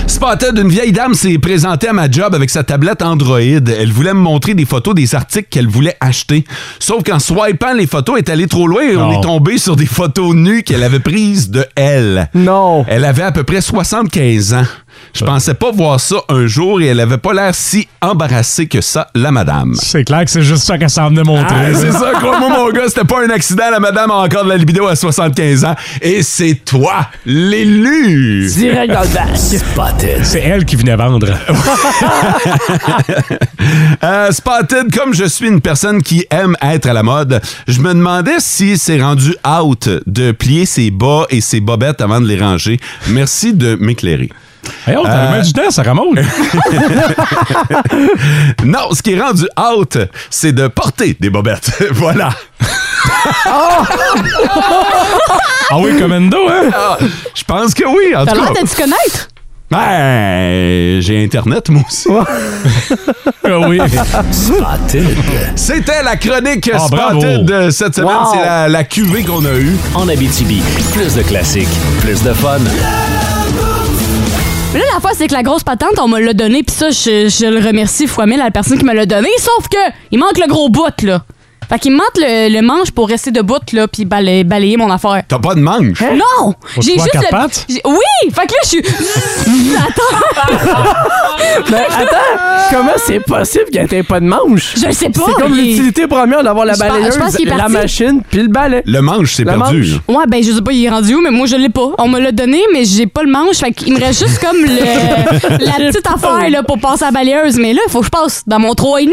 [SPEAKER 3] Spotted, une vieille dame s'est présentée à ma job avec sa tablette Android. Elle voulait me montrer des photos des articles qu'elle voulait acheter. Sauf qu'en swipant, les photos est allée trop loin et on
[SPEAKER 4] Non.
[SPEAKER 3] est tombé sur des photos nues qu'elle avait prises de elle.
[SPEAKER 6] Non.
[SPEAKER 3] Elle avait à peu près 75 ans. Je pensais pas voir ça un jour et elle avait pas l'air si embarrassée que ça, la madame.
[SPEAKER 4] C'est clair que c'est juste ça qu'elle s'en venait montrer. là.
[SPEAKER 3] Ouais, Ah, c'est ça, crois-moi, mon gars, c'était pas un accident. La madame a encore de la libido à 75 ans. Et c'est toi, l'élu!
[SPEAKER 6] Direct dans le bac.
[SPEAKER 2] Spotted.
[SPEAKER 4] c'est elle qui venait vendre.
[SPEAKER 3] Euh, Spotted, comme je suis une personne qui aime être à la mode, je me demandais si c'est rendu out de plier ses bas et ses bobettes avant de les ranger. Merci de m'éclairer. Euh,
[SPEAKER 4] Hey, Eh, on t'avais mis du temps, Sarah Maud.
[SPEAKER 3] Non, ce qui est rendu out, c'est de porter des bobettes. voilà.
[SPEAKER 4] Ah oui, Commando, hein?
[SPEAKER 3] Ah, je pense que oui, en
[SPEAKER 5] T'as
[SPEAKER 3] tout
[SPEAKER 5] l'air
[SPEAKER 3] cas.
[SPEAKER 5] de te connaître.
[SPEAKER 3] Ben, j'ai Internet, moi aussi.
[SPEAKER 4] Ah oui.
[SPEAKER 2] Spotted.
[SPEAKER 3] C'était la chronique
[SPEAKER 4] Ah, bravo.
[SPEAKER 3] Spotted de cette semaine.
[SPEAKER 6] Wow.
[SPEAKER 3] C'est la, la cuvée qu'on a eue.
[SPEAKER 2] Oh. En Abitibi, plus de classiques, plus de fun.
[SPEAKER 5] Mais là, la fois, c'est que la grosse patente, on me l'a donné, puis ça, je, je le remercie fois mille à la personne qui me l'a donné, sauf que il manque le gros bout, là. Fait qu'il me manque le, le manche pour rester debout, là, puis balayer, balayer mon affaire.
[SPEAKER 3] T'as pas de manche.
[SPEAKER 5] Hein? Non!
[SPEAKER 4] Faut
[SPEAKER 5] J'ai
[SPEAKER 4] se voir
[SPEAKER 5] juste
[SPEAKER 4] quatre
[SPEAKER 5] le...
[SPEAKER 4] pattes?
[SPEAKER 5] j'ai- Oui! Fait que là, je suis...
[SPEAKER 3] Ben,
[SPEAKER 6] Mais attends, comment c'est possible qu'il n'y ait pas de manche?
[SPEAKER 5] Je le sais pas!
[SPEAKER 6] C'est comme
[SPEAKER 5] il-
[SPEAKER 6] l'utilité première d'avoir la
[SPEAKER 5] Je pense- je
[SPEAKER 6] balayeuse,
[SPEAKER 5] pense qu'il est
[SPEAKER 6] la
[SPEAKER 5] parti.
[SPEAKER 6] machine, puis le balai.
[SPEAKER 3] Le manche, c'est
[SPEAKER 6] Le
[SPEAKER 3] perdu.
[SPEAKER 6] manche.
[SPEAKER 5] Ouais, ben je sais pas, il est rendu où, mais moi je l'ai pas. On me l'a donné, mais j'ai pas le manche. Fait qu'il me reste juste comme le- la petite affaire là, pour passer à la balayeuse. Mais là, il faut que je passe dans mon 3,5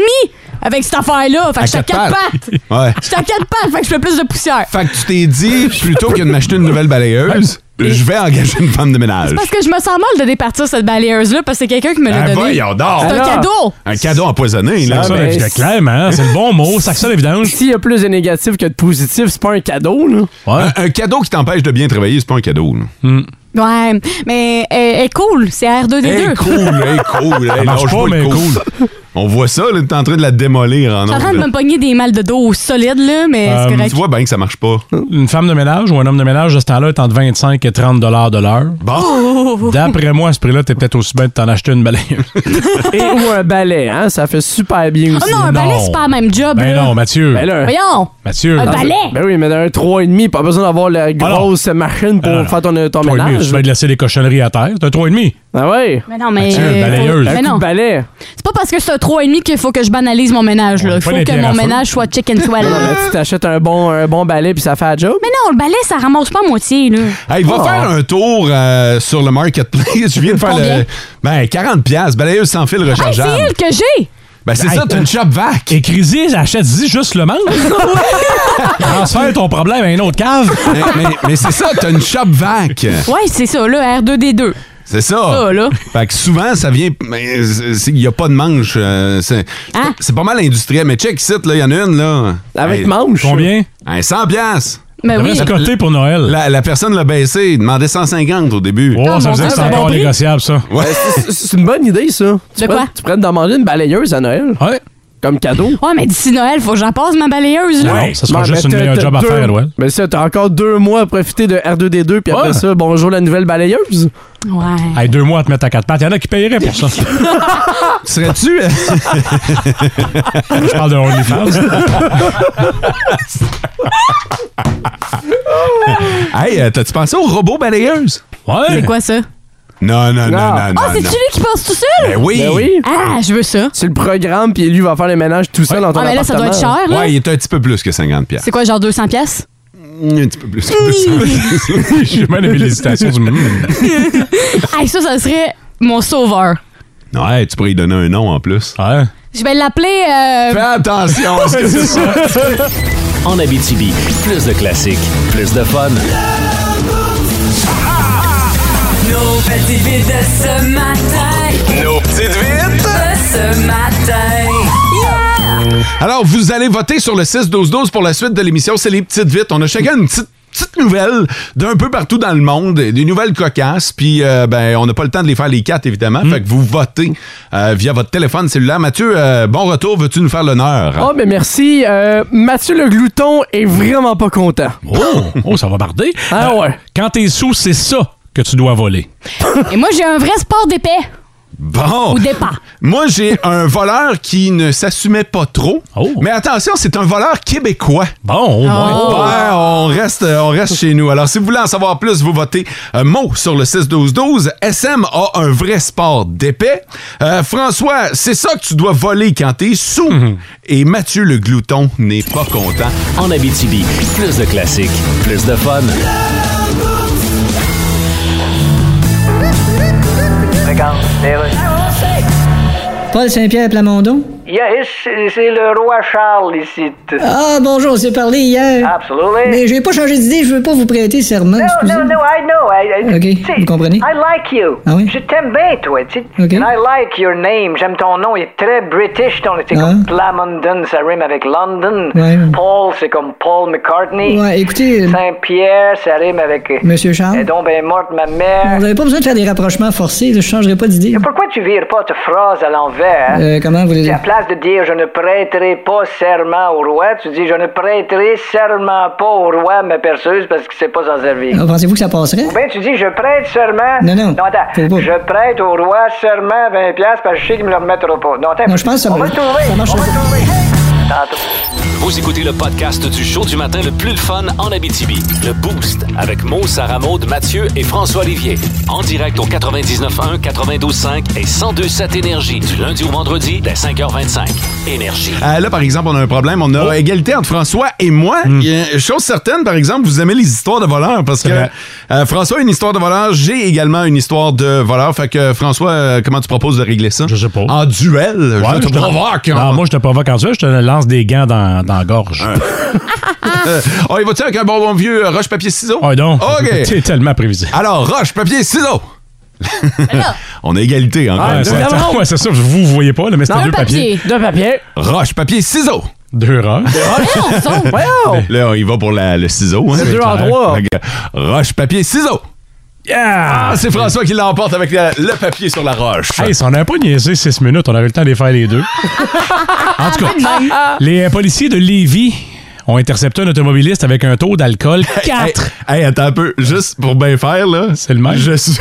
[SPEAKER 5] avec cette affaire-là. Fait que je suis à quatre pattes.
[SPEAKER 3] là. Ah. Ouais.
[SPEAKER 5] Je suis à quatre pattes, fait que je fais plus de poussière.
[SPEAKER 3] Fait que tu t'es dit, plutôt que de m'acheter une nouvelle balayeuse, je vais engager une femme de ménage.
[SPEAKER 5] Parce que je me sens mal de départir cette balayeuse-là parce que c'est quelqu'un qui me l'a
[SPEAKER 3] Ah,
[SPEAKER 5] donné.
[SPEAKER 3] voyons donc!
[SPEAKER 5] C'est un
[SPEAKER 6] Alors-
[SPEAKER 5] cadeau!
[SPEAKER 3] Un cadeau empoisonné, là.
[SPEAKER 4] Ça,
[SPEAKER 6] Ah,
[SPEAKER 4] ça,
[SPEAKER 6] ben,
[SPEAKER 4] la-
[SPEAKER 6] c'est-
[SPEAKER 3] hein,
[SPEAKER 4] clairement, c'est le bon mot. Ça, que ça, l'évidence.
[SPEAKER 6] S'il y a plus de négatif que de positif, c'est pas un cadeau, là.
[SPEAKER 4] Ouais.
[SPEAKER 3] Un, un cadeau qui t'empêche de bien travailler, c'est pas un cadeau. là.
[SPEAKER 5] Ouais, mais elle est cool, c'est
[SPEAKER 3] Hey,
[SPEAKER 5] R2D2.
[SPEAKER 3] cool, hey, cool, hey,
[SPEAKER 4] marche
[SPEAKER 3] lâche
[SPEAKER 4] pas,
[SPEAKER 3] le
[SPEAKER 4] mais
[SPEAKER 3] On voit ça, là, t'es en train de la démolir
[SPEAKER 5] Je
[SPEAKER 3] en
[SPEAKER 5] suis en
[SPEAKER 3] nombre,
[SPEAKER 5] train de
[SPEAKER 3] là.
[SPEAKER 5] me pogner des mal de dos solides, là, mais
[SPEAKER 4] Euh,
[SPEAKER 5] c'est
[SPEAKER 3] Tu
[SPEAKER 5] correct.
[SPEAKER 3] vois bien que ça marche pas.
[SPEAKER 4] Une femme de ménage ou un homme de ménage de ce temps-là est entre 25 et 30 dollars de l'heure.
[SPEAKER 3] Bon,
[SPEAKER 4] D'après moi, à ce prix-là, t'es peut-être aussi bien de t'en acheter une balayeuse.
[SPEAKER 6] Et ou un balai, hein? Ça fait super bien
[SPEAKER 5] Oh
[SPEAKER 6] aussi.
[SPEAKER 5] non, un balai,
[SPEAKER 4] non.
[SPEAKER 5] c'est pas le même job.
[SPEAKER 4] Ben
[SPEAKER 5] là.
[SPEAKER 4] non, Mathieu.
[SPEAKER 6] Ben là, un-
[SPEAKER 5] Voyons!
[SPEAKER 4] Mathieu. Oh
[SPEAKER 5] Un balai.
[SPEAKER 6] Ben oui, mais d'un 3,5, pas besoin d'avoir la grosse machine pour
[SPEAKER 4] Ah non.
[SPEAKER 6] faire ton, ton
[SPEAKER 4] 3,5,
[SPEAKER 6] ménage.
[SPEAKER 4] Tu vas te laisser des cochonneries à terre. T'as un 3,5.
[SPEAKER 6] Ah ouais?
[SPEAKER 5] Mais non, mais.
[SPEAKER 4] Mathieu,
[SPEAKER 5] euh,
[SPEAKER 4] balayeuse.
[SPEAKER 5] faut-
[SPEAKER 6] Un
[SPEAKER 5] Mais
[SPEAKER 6] coup de
[SPEAKER 5] non,
[SPEAKER 6] balai.
[SPEAKER 5] c'est pas parce que c'est un 3,5 qu'il faut que je banalise mon ménage.
[SPEAKER 4] On
[SPEAKER 5] Là.
[SPEAKER 4] est
[SPEAKER 5] Il faut
[SPEAKER 4] pas des
[SPEAKER 5] que
[SPEAKER 4] pierres à
[SPEAKER 5] mon
[SPEAKER 4] feu.
[SPEAKER 5] ménage soit chicken swell.
[SPEAKER 6] Non, mais tu t'achètes un bon, un bon balai puis ça fait la job.
[SPEAKER 5] mais non, le balai, ça ramasse pas à moitié. Là.
[SPEAKER 3] hey, va
[SPEAKER 6] Oh.
[SPEAKER 3] faire un tour euh, sur le marketplace. Je viens de faire le.
[SPEAKER 5] Combien?
[SPEAKER 3] Ben, 40$, piastres, balayeuse sans fil
[SPEAKER 5] Hey, c'est
[SPEAKER 3] rechargeable.
[SPEAKER 5] elle que j'ai!
[SPEAKER 3] ben, c'est
[SPEAKER 4] Hey, euh,
[SPEAKER 3] ça, t'as une shop vac.
[SPEAKER 4] Écris-y, achète-y juste le manque. Transfère ton problème à une autre cave.
[SPEAKER 3] mais mais- mais c'est ça, t'as une shop vac.
[SPEAKER 5] Ouais, c'est ça, là, R2D2.
[SPEAKER 3] C'est ça.
[SPEAKER 5] Ça, là.
[SPEAKER 3] Fait que souvent, ça vient. mais c'est- Il n'y a pas de manche. euh, c'est
[SPEAKER 5] Hein?
[SPEAKER 3] c'est pas mal industriel. Mais check ici, là, il y en a une, là.
[SPEAKER 6] Avec
[SPEAKER 3] Hey,
[SPEAKER 6] manche.
[SPEAKER 4] Combien?
[SPEAKER 3] hey, 100 piastres.
[SPEAKER 5] Mais
[SPEAKER 4] Devrait
[SPEAKER 5] Ben oui.
[SPEAKER 4] se coter pour Noël.
[SPEAKER 3] La, la personne l'a baissé. Il demandait 150 au début.
[SPEAKER 4] Oh,
[SPEAKER 5] Ah,
[SPEAKER 4] ça
[SPEAKER 5] mon Dieu,
[SPEAKER 4] veut dire que c'est
[SPEAKER 5] c'est un bon
[SPEAKER 4] encore
[SPEAKER 5] prix.
[SPEAKER 4] négociable, ça.
[SPEAKER 3] Ouais.
[SPEAKER 6] Ben, C'est- C'est une bonne idée, ça. Tu
[SPEAKER 5] De
[SPEAKER 6] pourrais-
[SPEAKER 5] quoi?
[SPEAKER 6] Tu pourrais te demander une balayeuse à Noël
[SPEAKER 4] Ouais.
[SPEAKER 6] comme cadeau.
[SPEAKER 5] Ouais, Ah, mais d'ici Noël, faut que j'en passe ma balayeuse, là.
[SPEAKER 4] Non, ça sera
[SPEAKER 6] Ben,
[SPEAKER 4] juste
[SPEAKER 6] ben,
[SPEAKER 4] une
[SPEAKER 6] t'as-
[SPEAKER 4] meilleure
[SPEAKER 6] t'as
[SPEAKER 4] job à
[SPEAKER 6] deux-
[SPEAKER 4] faire, ouais.
[SPEAKER 6] Ben ça, t'as encore deux mois à profiter de R2D2, puis après
[SPEAKER 4] Ouais.
[SPEAKER 6] ça, bonjour la nouvelle balayeuse.
[SPEAKER 5] Ouais.
[SPEAKER 4] Hey, deux mois à te mettre à quatre pattes. Il y en a qui paieraient pour ça.
[SPEAKER 3] Serais-tu.
[SPEAKER 4] Je parle de OnlyFans.
[SPEAKER 3] hey, euh, t'as-tu pensé au robot balayeuse?
[SPEAKER 4] Ouais.
[SPEAKER 5] C'est quoi ça?
[SPEAKER 3] Non, non,
[SPEAKER 6] Non.
[SPEAKER 3] non, non, non.
[SPEAKER 5] Oh, c'est-tu
[SPEAKER 3] non.
[SPEAKER 5] lui qui pense tout seul?
[SPEAKER 3] Ben oui.
[SPEAKER 6] Ah, Ben oui.
[SPEAKER 5] Ah, je veux ça.
[SPEAKER 6] C'est le programme, puis lui va faire le ménage tout seul dans ton
[SPEAKER 5] Ah, mais là, ça doit être
[SPEAKER 6] appartement.
[SPEAKER 5] cher, là.
[SPEAKER 3] Ouais, il est un petit peu plus que 50$. piastres.
[SPEAKER 5] C'est quoi, genre 200 pièces?
[SPEAKER 3] Un petit peu plus que 50$.
[SPEAKER 4] J'ai même aimé l'hésitation du Hmm.
[SPEAKER 5] Ah, ça, ça serait mon sauveur.
[SPEAKER 3] Non, hey, tu pourrais lui donner un nom en plus.
[SPEAKER 4] Ouais.
[SPEAKER 5] Je vais l'appeler...
[SPEAKER 3] Fais
[SPEAKER 5] euh,
[SPEAKER 3] attention à ce que tu
[SPEAKER 2] En Abitibi, plus de classiques, plus de fun.
[SPEAKER 7] Nos petites vites de ce matin,
[SPEAKER 2] Nos petites vites!
[SPEAKER 7] de ce matin. Yeah!
[SPEAKER 3] Alors, vous allez voter sur le 6-12-12 pour la suite de l'émission. C'est les petites vites. On a chacun une petite petite nouvelle d'un peu partout dans le monde, des nouvelles cocasses, puis euh, ben on n'a pas le temps de les faire les quatre évidemment,
[SPEAKER 4] Hmm.
[SPEAKER 3] fait que vous votez euh, via votre téléphone cellulaire. Mathieu, euh, bon retour, veux-tu nous faire l'honneur
[SPEAKER 4] Ah,
[SPEAKER 6] Oh, mais merci. Euh, Mathieu le glouton est vraiment pas content.
[SPEAKER 4] Oh, oh, ça va barder.
[SPEAKER 6] Ah ouais.
[SPEAKER 4] Euh, Quand t'es sous, c'est ça que tu dois voler.
[SPEAKER 5] Et moi, j'ai un vrai sport d'épée.
[SPEAKER 3] Bon.
[SPEAKER 5] Ou départ.
[SPEAKER 3] Moi, j'ai un voleur qui ne s'assumait pas trop.
[SPEAKER 4] Oh.
[SPEAKER 3] Mais attention, c'est un voleur québécois.
[SPEAKER 4] Bon, au moins.
[SPEAKER 3] Ouais, on reste, euh, on reste chez nous. Alors, si vous voulez en savoir plus, vous votez euh, Mo sur le 6-12-12. SM a un vrai sport d'épais. Euh, François, c'est ça que tu dois voler quand t'es sous.
[SPEAKER 4] Mhm.
[SPEAKER 3] Et Mathieu le glouton n'est pas content.
[SPEAKER 2] En Abitibi, plus de classiques, plus de fun.
[SPEAKER 8] Paul Saint-Pierre Plamondon?
[SPEAKER 10] Yes, c'est le roi Charles ici.
[SPEAKER 8] Ah, bonjour, on s'est parlé hier.
[SPEAKER 10] Absolutely.
[SPEAKER 8] Mais j'ai pas changé d'idée, je veux pas vous prêter serment.
[SPEAKER 10] No,
[SPEAKER 8] excusez.
[SPEAKER 10] no, no, I know. I, I,
[SPEAKER 8] Ok,
[SPEAKER 10] tu sais,
[SPEAKER 8] vous comprenez?
[SPEAKER 10] I like you.
[SPEAKER 8] Ah oui?
[SPEAKER 10] Je t'aime bien, toi. tu sais.
[SPEAKER 8] Ok.
[SPEAKER 10] And I like your name. J'aime ton nom. Il est très british. Ton, c'est
[SPEAKER 8] Ah.
[SPEAKER 10] comme Plamondon, ça rime avec London.
[SPEAKER 8] Ouais.
[SPEAKER 10] Paul, c'est comme Paul McCartney.
[SPEAKER 8] Ouais, écoutez, euh,
[SPEAKER 10] Saint-Pierre, ça rime avec... euh,
[SPEAKER 8] Monsieur Charles,
[SPEAKER 10] Et donc, ben, morte ma
[SPEAKER 8] vous
[SPEAKER 5] Euh,
[SPEAKER 10] mère.
[SPEAKER 8] avez pas besoin de faire des rapprochements forcés, là, je changerai pas d'idée.
[SPEAKER 10] Pourquoi tu vires pas ta phrase à l'envers? hein?
[SPEAKER 8] Euh, comment vous voulez
[SPEAKER 10] À
[SPEAKER 8] dire?
[SPEAKER 10] place de dire je ne prêterai pas serment au roi, tu dis je ne prêterai serment pas au roi ma perceuse parce qu'il ne sait pas s'en servir.
[SPEAKER 8] Ah, Pensez-vous que ça passerait?
[SPEAKER 10] Ou bien tu dis je prête serment.
[SPEAKER 8] Non, non.
[SPEAKER 10] attends.
[SPEAKER 8] Faut pas.
[SPEAKER 10] Je prête au roi serment 20$ piastres parce que je sais qu'il me le remettra pas. Non, attends.
[SPEAKER 8] Non, je pense que ça
[SPEAKER 10] On va
[SPEAKER 8] marche.
[SPEAKER 10] le trouver.
[SPEAKER 8] Ça marche
[SPEAKER 10] On va
[SPEAKER 8] pas.
[SPEAKER 10] le trouver. Tantôt.
[SPEAKER 2] Vous écoutez le podcast du show du matin le plus le fun en Abitibi. Le Boost avec Mo, Sarah Maud, Mathieu et François Olivier. En direct au 99.1, 92.5 et 102.7 Énergie du lundi au vendredi dès 5h25. Énergie.
[SPEAKER 3] Euh, là, par exemple, on a un problème. On a
[SPEAKER 4] Oh.
[SPEAKER 3] égalité entre François et moi.
[SPEAKER 4] Hmm.
[SPEAKER 3] Euh, Chose certaine, par exemple, vous aimez les histoires de voleurs parce que
[SPEAKER 4] vrai.
[SPEAKER 3] euh, François a une histoire de voleur, j'ai également une histoire de voleur. Fait que euh, François, euh, comment tu proposes de régler ça?
[SPEAKER 4] Je sais pas.
[SPEAKER 3] En duel?
[SPEAKER 4] Ouais,
[SPEAKER 3] je te
[SPEAKER 4] je te-
[SPEAKER 3] provoque.
[SPEAKER 4] Non,
[SPEAKER 3] hein.
[SPEAKER 4] moi, je te provoque en dessous, je te lance des gants dans, dans la gorge.
[SPEAKER 3] Euh, on y va-tu avec un bon, bon vieux euh, roche-papier-ciseaux?
[SPEAKER 4] Oh non.
[SPEAKER 3] OK.
[SPEAKER 4] T'es tellement prévisible.
[SPEAKER 3] Alors, roche-papier-ciseaux. on a égalité encore.
[SPEAKER 4] Ouais,
[SPEAKER 3] une fois.
[SPEAKER 4] c'est ça. Ouais, c'est ça, vous voyez pas, là, mais c'était
[SPEAKER 5] Un
[SPEAKER 4] deux papiers.
[SPEAKER 5] papier.
[SPEAKER 6] De papier.
[SPEAKER 3] Roche-papier-ciseaux.
[SPEAKER 4] Deux roches.
[SPEAKER 5] Mais on sonne.
[SPEAKER 6] Voyons!
[SPEAKER 3] Là, on y va pour la- le ciseau. hein.
[SPEAKER 6] C'est deux en trois.
[SPEAKER 3] Fait que, Roche-papier-ciseaux.
[SPEAKER 4] Yeah!
[SPEAKER 3] Ah, c'est François qui l'emporte avec la- le papier sur la roche.
[SPEAKER 4] Hey, si on n'avait pas niaisé six minutes, on aurait eu le temps de les faire les deux. en tout
[SPEAKER 7] Ah,
[SPEAKER 5] Ah,
[SPEAKER 4] cas, les euh, policiers de Lévis ont intercepté un automobiliste avec un taux d'alcool 4.
[SPEAKER 3] Hey, hey, attends un peu. Juste pour bien faire, là.
[SPEAKER 4] C'est le même.
[SPEAKER 3] Je suis.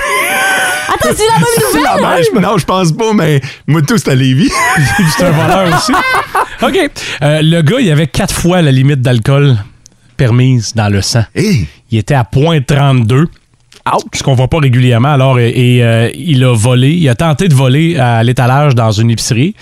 [SPEAKER 5] Attends, c'est la même nouvelle.
[SPEAKER 3] non, je pense pas, mais moi, tout, c'est à Lévis.
[SPEAKER 4] C'est un voleur aussi. OK. Euh, le gars, il avait quatre fois la limite d'alcool permise dans le sang.
[SPEAKER 3] Hey.
[SPEAKER 4] Il était à 0.32. Ce qu'on voit pas régulièrement. Alors, et, et, euh, il a volé. Il a tenté de voler à l'étalage dans une épicerie.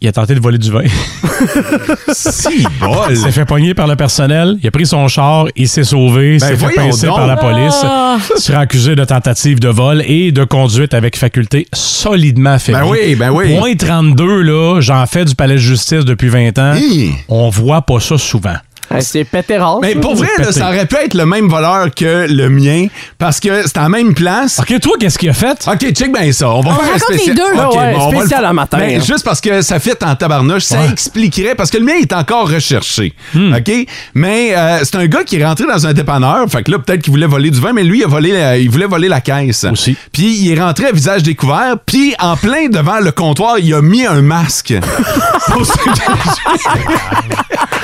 [SPEAKER 4] Il a tenté de voler du vin.
[SPEAKER 5] ah.
[SPEAKER 3] Si, bol.
[SPEAKER 4] Il s'est fait pogner par le personnel. Il a pris son char. Il s'est sauvé. Il
[SPEAKER 3] Ben,
[SPEAKER 4] s'est fait
[SPEAKER 3] voyons
[SPEAKER 4] pincer
[SPEAKER 3] donc.
[SPEAKER 4] par la police.
[SPEAKER 5] Ah.
[SPEAKER 4] Il sera accusé de tentative de vol et de conduite avec faculté solidement faiblie.
[SPEAKER 3] Ben oui, ben oui.
[SPEAKER 4] Point 32, là, j'en fais du palais de justice depuis 20 ans.
[SPEAKER 3] Hi.
[SPEAKER 4] On voit pas ça souvent.
[SPEAKER 6] Hey, Ah, C'est pété rare.
[SPEAKER 3] Ah, Mais
[SPEAKER 6] ça.
[SPEAKER 3] pour vrai, là,
[SPEAKER 4] pété.
[SPEAKER 3] ça aurait pu être le même voleur que le mien parce que c'est à la même place.
[SPEAKER 4] OK, toi, qu'est-ce qu'il a fait?
[SPEAKER 3] OK, check bien ça. On va
[SPEAKER 5] On
[SPEAKER 3] faire un
[SPEAKER 5] raconte les
[SPEAKER 3] spécial.
[SPEAKER 5] deux.
[SPEAKER 3] OK,
[SPEAKER 6] Ah ouais,
[SPEAKER 3] bon, on va le-
[SPEAKER 6] spécial en matin,
[SPEAKER 3] Ben,
[SPEAKER 6] hein.
[SPEAKER 3] juste parce que ça fit en tabarnouche, ça
[SPEAKER 4] Ouais. Hmm.
[SPEAKER 3] expliquerait parce que le mien est encore recherché. OK? Mais euh, c'est un gars qui est rentré dans un dépanneur, fait que là peut-être qu'il voulait voler du vin, mais lui il a volé la- il voulait voler la caisse.
[SPEAKER 4] Aussi.
[SPEAKER 3] Puis il est rentré à visage découvert, puis en plein devant le comptoir, il a mis un masque. Pour se cacher.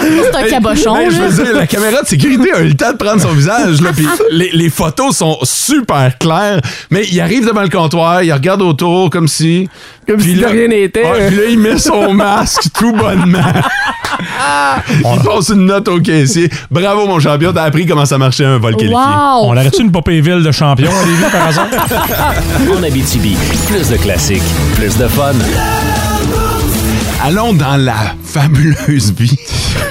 [SPEAKER 5] C'est un cabochon. long.
[SPEAKER 3] Hey, je
[SPEAKER 5] là.
[SPEAKER 3] veux dire, la caméra de sécurité a eu le temps de prendre son visage. Là,
[SPEAKER 6] Ah.
[SPEAKER 3] puis les, les photos sont super claires. Mais il arrive devant le comptoir, il regarde autour comme si.
[SPEAKER 6] Comme
[SPEAKER 3] puis
[SPEAKER 6] si de
[SPEAKER 3] là-
[SPEAKER 6] rien n'était.
[SPEAKER 3] Ouais, puis là, il met son masque tout bonnement. il passe une note au caissier. Bravo, mon champion, t'as appris comment ça marchait un vol qualifié.
[SPEAKER 5] Wow!
[SPEAKER 4] On aurait-tu une popée ville de champion à Lévis, par hasard?
[SPEAKER 2] En Abitibi, plus de classiques, plus de fun.
[SPEAKER 3] Allons dans la fabuleuse vie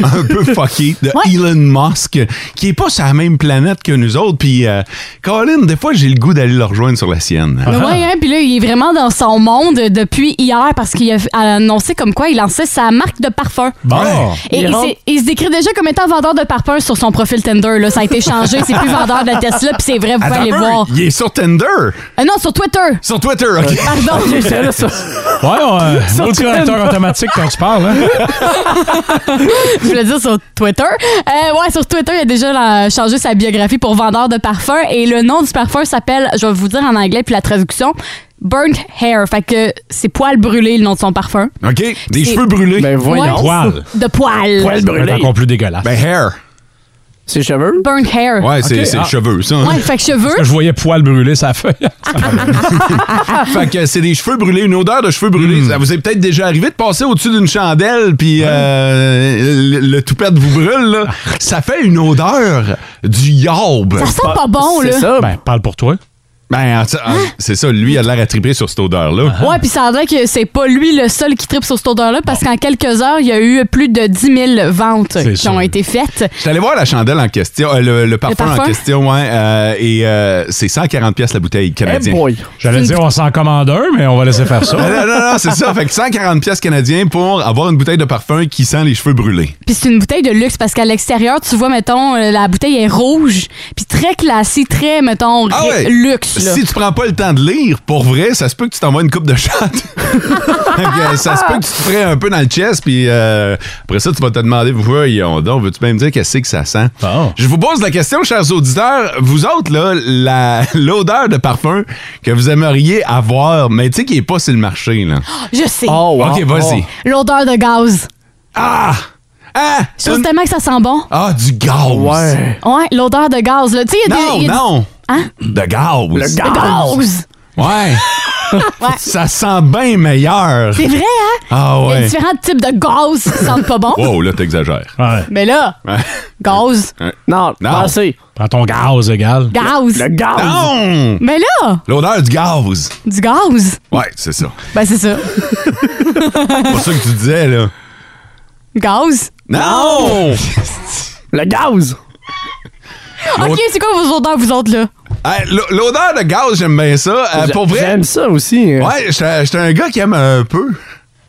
[SPEAKER 3] un peu fuckée de Elon Musk, qui est pas sur la même planète que nous autres. Puis, euh, Colin, des fois, j'ai le goût d'aller le rejoindre sur la
[SPEAKER 6] Ah,
[SPEAKER 3] sienne.
[SPEAKER 5] Mais ouais, hein, puis là, il est vraiment dans son monde depuis hier parce qu'il a annoncé comme quoi il lançait sa marque de parfum.
[SPEAKER 4] Bon.
[SPEAKER 5] Et
[SPEAKER 6] Il
[SPEAKER 5] il,
[SPEAKER 6] rentre-
[SPEAKER 5] s'est- il se décrit déjà comme étant vendeur de parfum sur son profil Tinder. Là. Ça a été changé, c'est plus vendeur de la Tesla, puis c'est vrai, vous pouvez
[SPEAKER 3] Attends
[SPEAKER 5] aller
[SPEAKER 3] un peu,
[SPEAKER 5] voir.
[SPEAKER 3] Il est sur Tinder.
[SPEAKER 5] Ah non, sur Twitter!
[SPEAKER 3] Sur Twitter, OK.
[SPEAKER 5] Euh, Pardon!
[SPEAKER 6] J'étais là, ça.
[SPEAKER 4] Ouais, ouais. Multicorrecteur automatique quand tu parles, hein?
[SPEAKER 5] Je voulais dire sur Twitter. Euh, ouais, sur Twitter, il a déjà là, changé sa biographie pour vendeur de parfum et le nom du parfum s'appelle, je vais vous dire en anglais puis la traduction, Burnt Hair. Fait que c'est poil brûlé le nom de son parfum.
[SPEAKER 3] OK. Des
[SPEAKER 5] C'est-
[SPEAKER 3] cheveux brûlés.
[SPEAKER 6] Ben
[SPEAKER 3] Ben,
[SPEAKER 6] voyons.
[SPEAKER 5] Ouais.
[SPEAKER 4] Poil.
[SPEAKER 5] De poil.
[SPEAKER 6] Poil
[SPEAKER 4] C'est
[SPEAKER 6] brûlé.
[SPEAKER 4] encore plus dégueulasse.
[SPEAKER 3] hair.
[SPEAKER 6] Ses cheveux.
[SPEAKER 5] Burnt Hair.
[SPEAKER 3] Ouais, c'est
[SPEAKER 4] OK,
[SPEAKER 3] c'est
[SPEAKER 4] ah.
[SPEAKER 3] cheveux, ça. hein.
[SPEAKER 5] Ouais, fait que cheveux.
[SPEAKER 4] Je voyais poil brûlé sa feuille.
[SPEAKER 3] Fait que c'est des cheveux brûlés, une odeur de cheveux brûlés.
[SPEAKER 4] Hmm.
[SPEAKER 3] Ça vous est peut-être déjà arrivé de passer au-dessus d'une chandelle, puis euh, le, le toupette vous brûle, là. Ça fait une odeur du yaob.
[SPEAKER 5] Ça sent pas bon,
[SPEAKER 6] C'est
[SPEAKER 5] là. Hein?
[SPEAKER 6] ça.
[SPEAKER 4] Ben, parle pour toi.
[SPEAKER 3] Ben, en- en- c'est ça, lui, il a l'air attrapé sur cette odeur-là.
[SPEAKER 4] Ah,
[SPEAKER 5] Ouais, puis ça a l'air que c'est pas lui le seul qui tripe sur cette odeur-là parce qu'en quelques heures, il y a eu plus de 10 000 ventes qui
[SPEAKER 4] sûr.
[SPEAKER 5] ont été faites.
[SPEAKER 3] Je suis allé voir la chandelle en question, euh, le, le parfum en
[SPEAKER 5] parfum?
[SPEAKER 3] question, ouais, euh, et euh, c'est 140 pièces la bouteille
[SPEAKER 4] Eh
[SPEAKER 6] Hey
[SPEAKER 3] canadienne.
[SPEAKER 6] boy.
[SPEAKER 4] J'allais dire, on s'en commande un, mais on va laisser faire ça.
[SPEAKER 3] Ah, non, non, non, c'est ça. Fait que 140 pièces canadiens pour avoir une bouteille de parfum qui sent les cheveux brûlés.
[SPEAKER 5] Puis c'est une bouteille de luxe parce qu'à l'extérieur, tu vois, mettons, euh, la bouteille est rouge, puis très classée, très, mettons,
[SPEAKER 3] Ah
[SPEAKER 5] ri-
[SPEAKER 3] ouais.
[SPEAKER 5] luxe. Là.
[SPEAKER 3] Si tu prends pas le temps de lire, pour vrai, ça se peut que tu t'envoies une coupe de chat. ça se peut que tu te ferais un peu dans le chest, puis euh, après ça, tu vas te demander, voyons donc, veux-tu même dire qu'est-ce que ça sent?
[SPEAKER 4] Bon.
[SPEAKER 3] Je vous pose la question, chers auditeurs. Vous autres, là, la- l'odeur de parfum que vous aimeriez avoir, mais tu sais qui est pas sur le marché, là.
[SPEAKER 5] Je sais.
[SPEAKER 6] Oh, wow.
[SPEAKER 3] OK, vas-y.
[SPEAKER 5] L'odeur de gaz.
[SPEAKER 3] Ah! Ah!
[SPEAKER 5] Je trouve
[SPEAKER 3] Une-
[SPEAKER 5] tellement que ça sent bon.
[SPEAKER 3] Ah, du gaz!
[SPEAKER 6] Oh. Ouais.
[SPEAKER 5] Ouais, l'odeur de gaz. là. Tu sais, il y a des.
[SPEAKER 3] Non,
[SPEAKER 5] il y a
[SPEAKER 3] non!
[SPEAKER 5] Hein?
[SPEAKER 3] De gaz!
[SPEAKER 6] Le
[SPEAKER 5] du-
[SPEAKER 6] gaz.
[SPEAKER 5] Gaz.
[SPEAKER 3] Ouais! Ça sent bien meilleur!
[SPEAKER 5] C'est vrai, hein?
[SPEAKER 3] Ah
[SPEAKER 5] Il y a
[SPEAKER 3] ouais!
[SPEAKER 5] différents types de gaz qui sentent pas bon.
[SPEAKER 3] Wow, là, t'exagères.
[SPEAKER 4] Ouais.
[SPEAKER 5] Mais là, gaz,
[SPEAKER 6] Non,
[SPEAKER 3] Non.
[SPEAKER 6] non. c'est
[SPEAKER 4] Prends ton gaz, égal.
[SPEAKER 5] gaz.
[SPEAKER 6] Le gaz.
[SPEAKER 3] Non!
[SPEAKER 5] Mais là,
[SPEAKER 3] L'odeur du gaz!
[SPEAKER 5] du gaz.
[SPEAKER 3] Ouais, c'est ça.
[SPEAKER 5] Ben c'est ça.
[SPEAKER 3] C'est pour ça que tu disais, là.
[SPEAKER 5] Gaz.
[SPEAKER 3] Non!
[SPEAKER 6] Le gaz.
[SPEAKER 5] OK, c'est quoi vos odeurs, vous autres, là?
[SPEAKER 3] Hey, l'o- L'odeur de gaz, j'aime bien ça. Euh, pour vrai,
[SPEAKER 6] J'aime ça aussi.
[SPEAKER 4] hein.
[SPEAKER 3] Ouais, j'étais j'étais un gars qui aime un peu,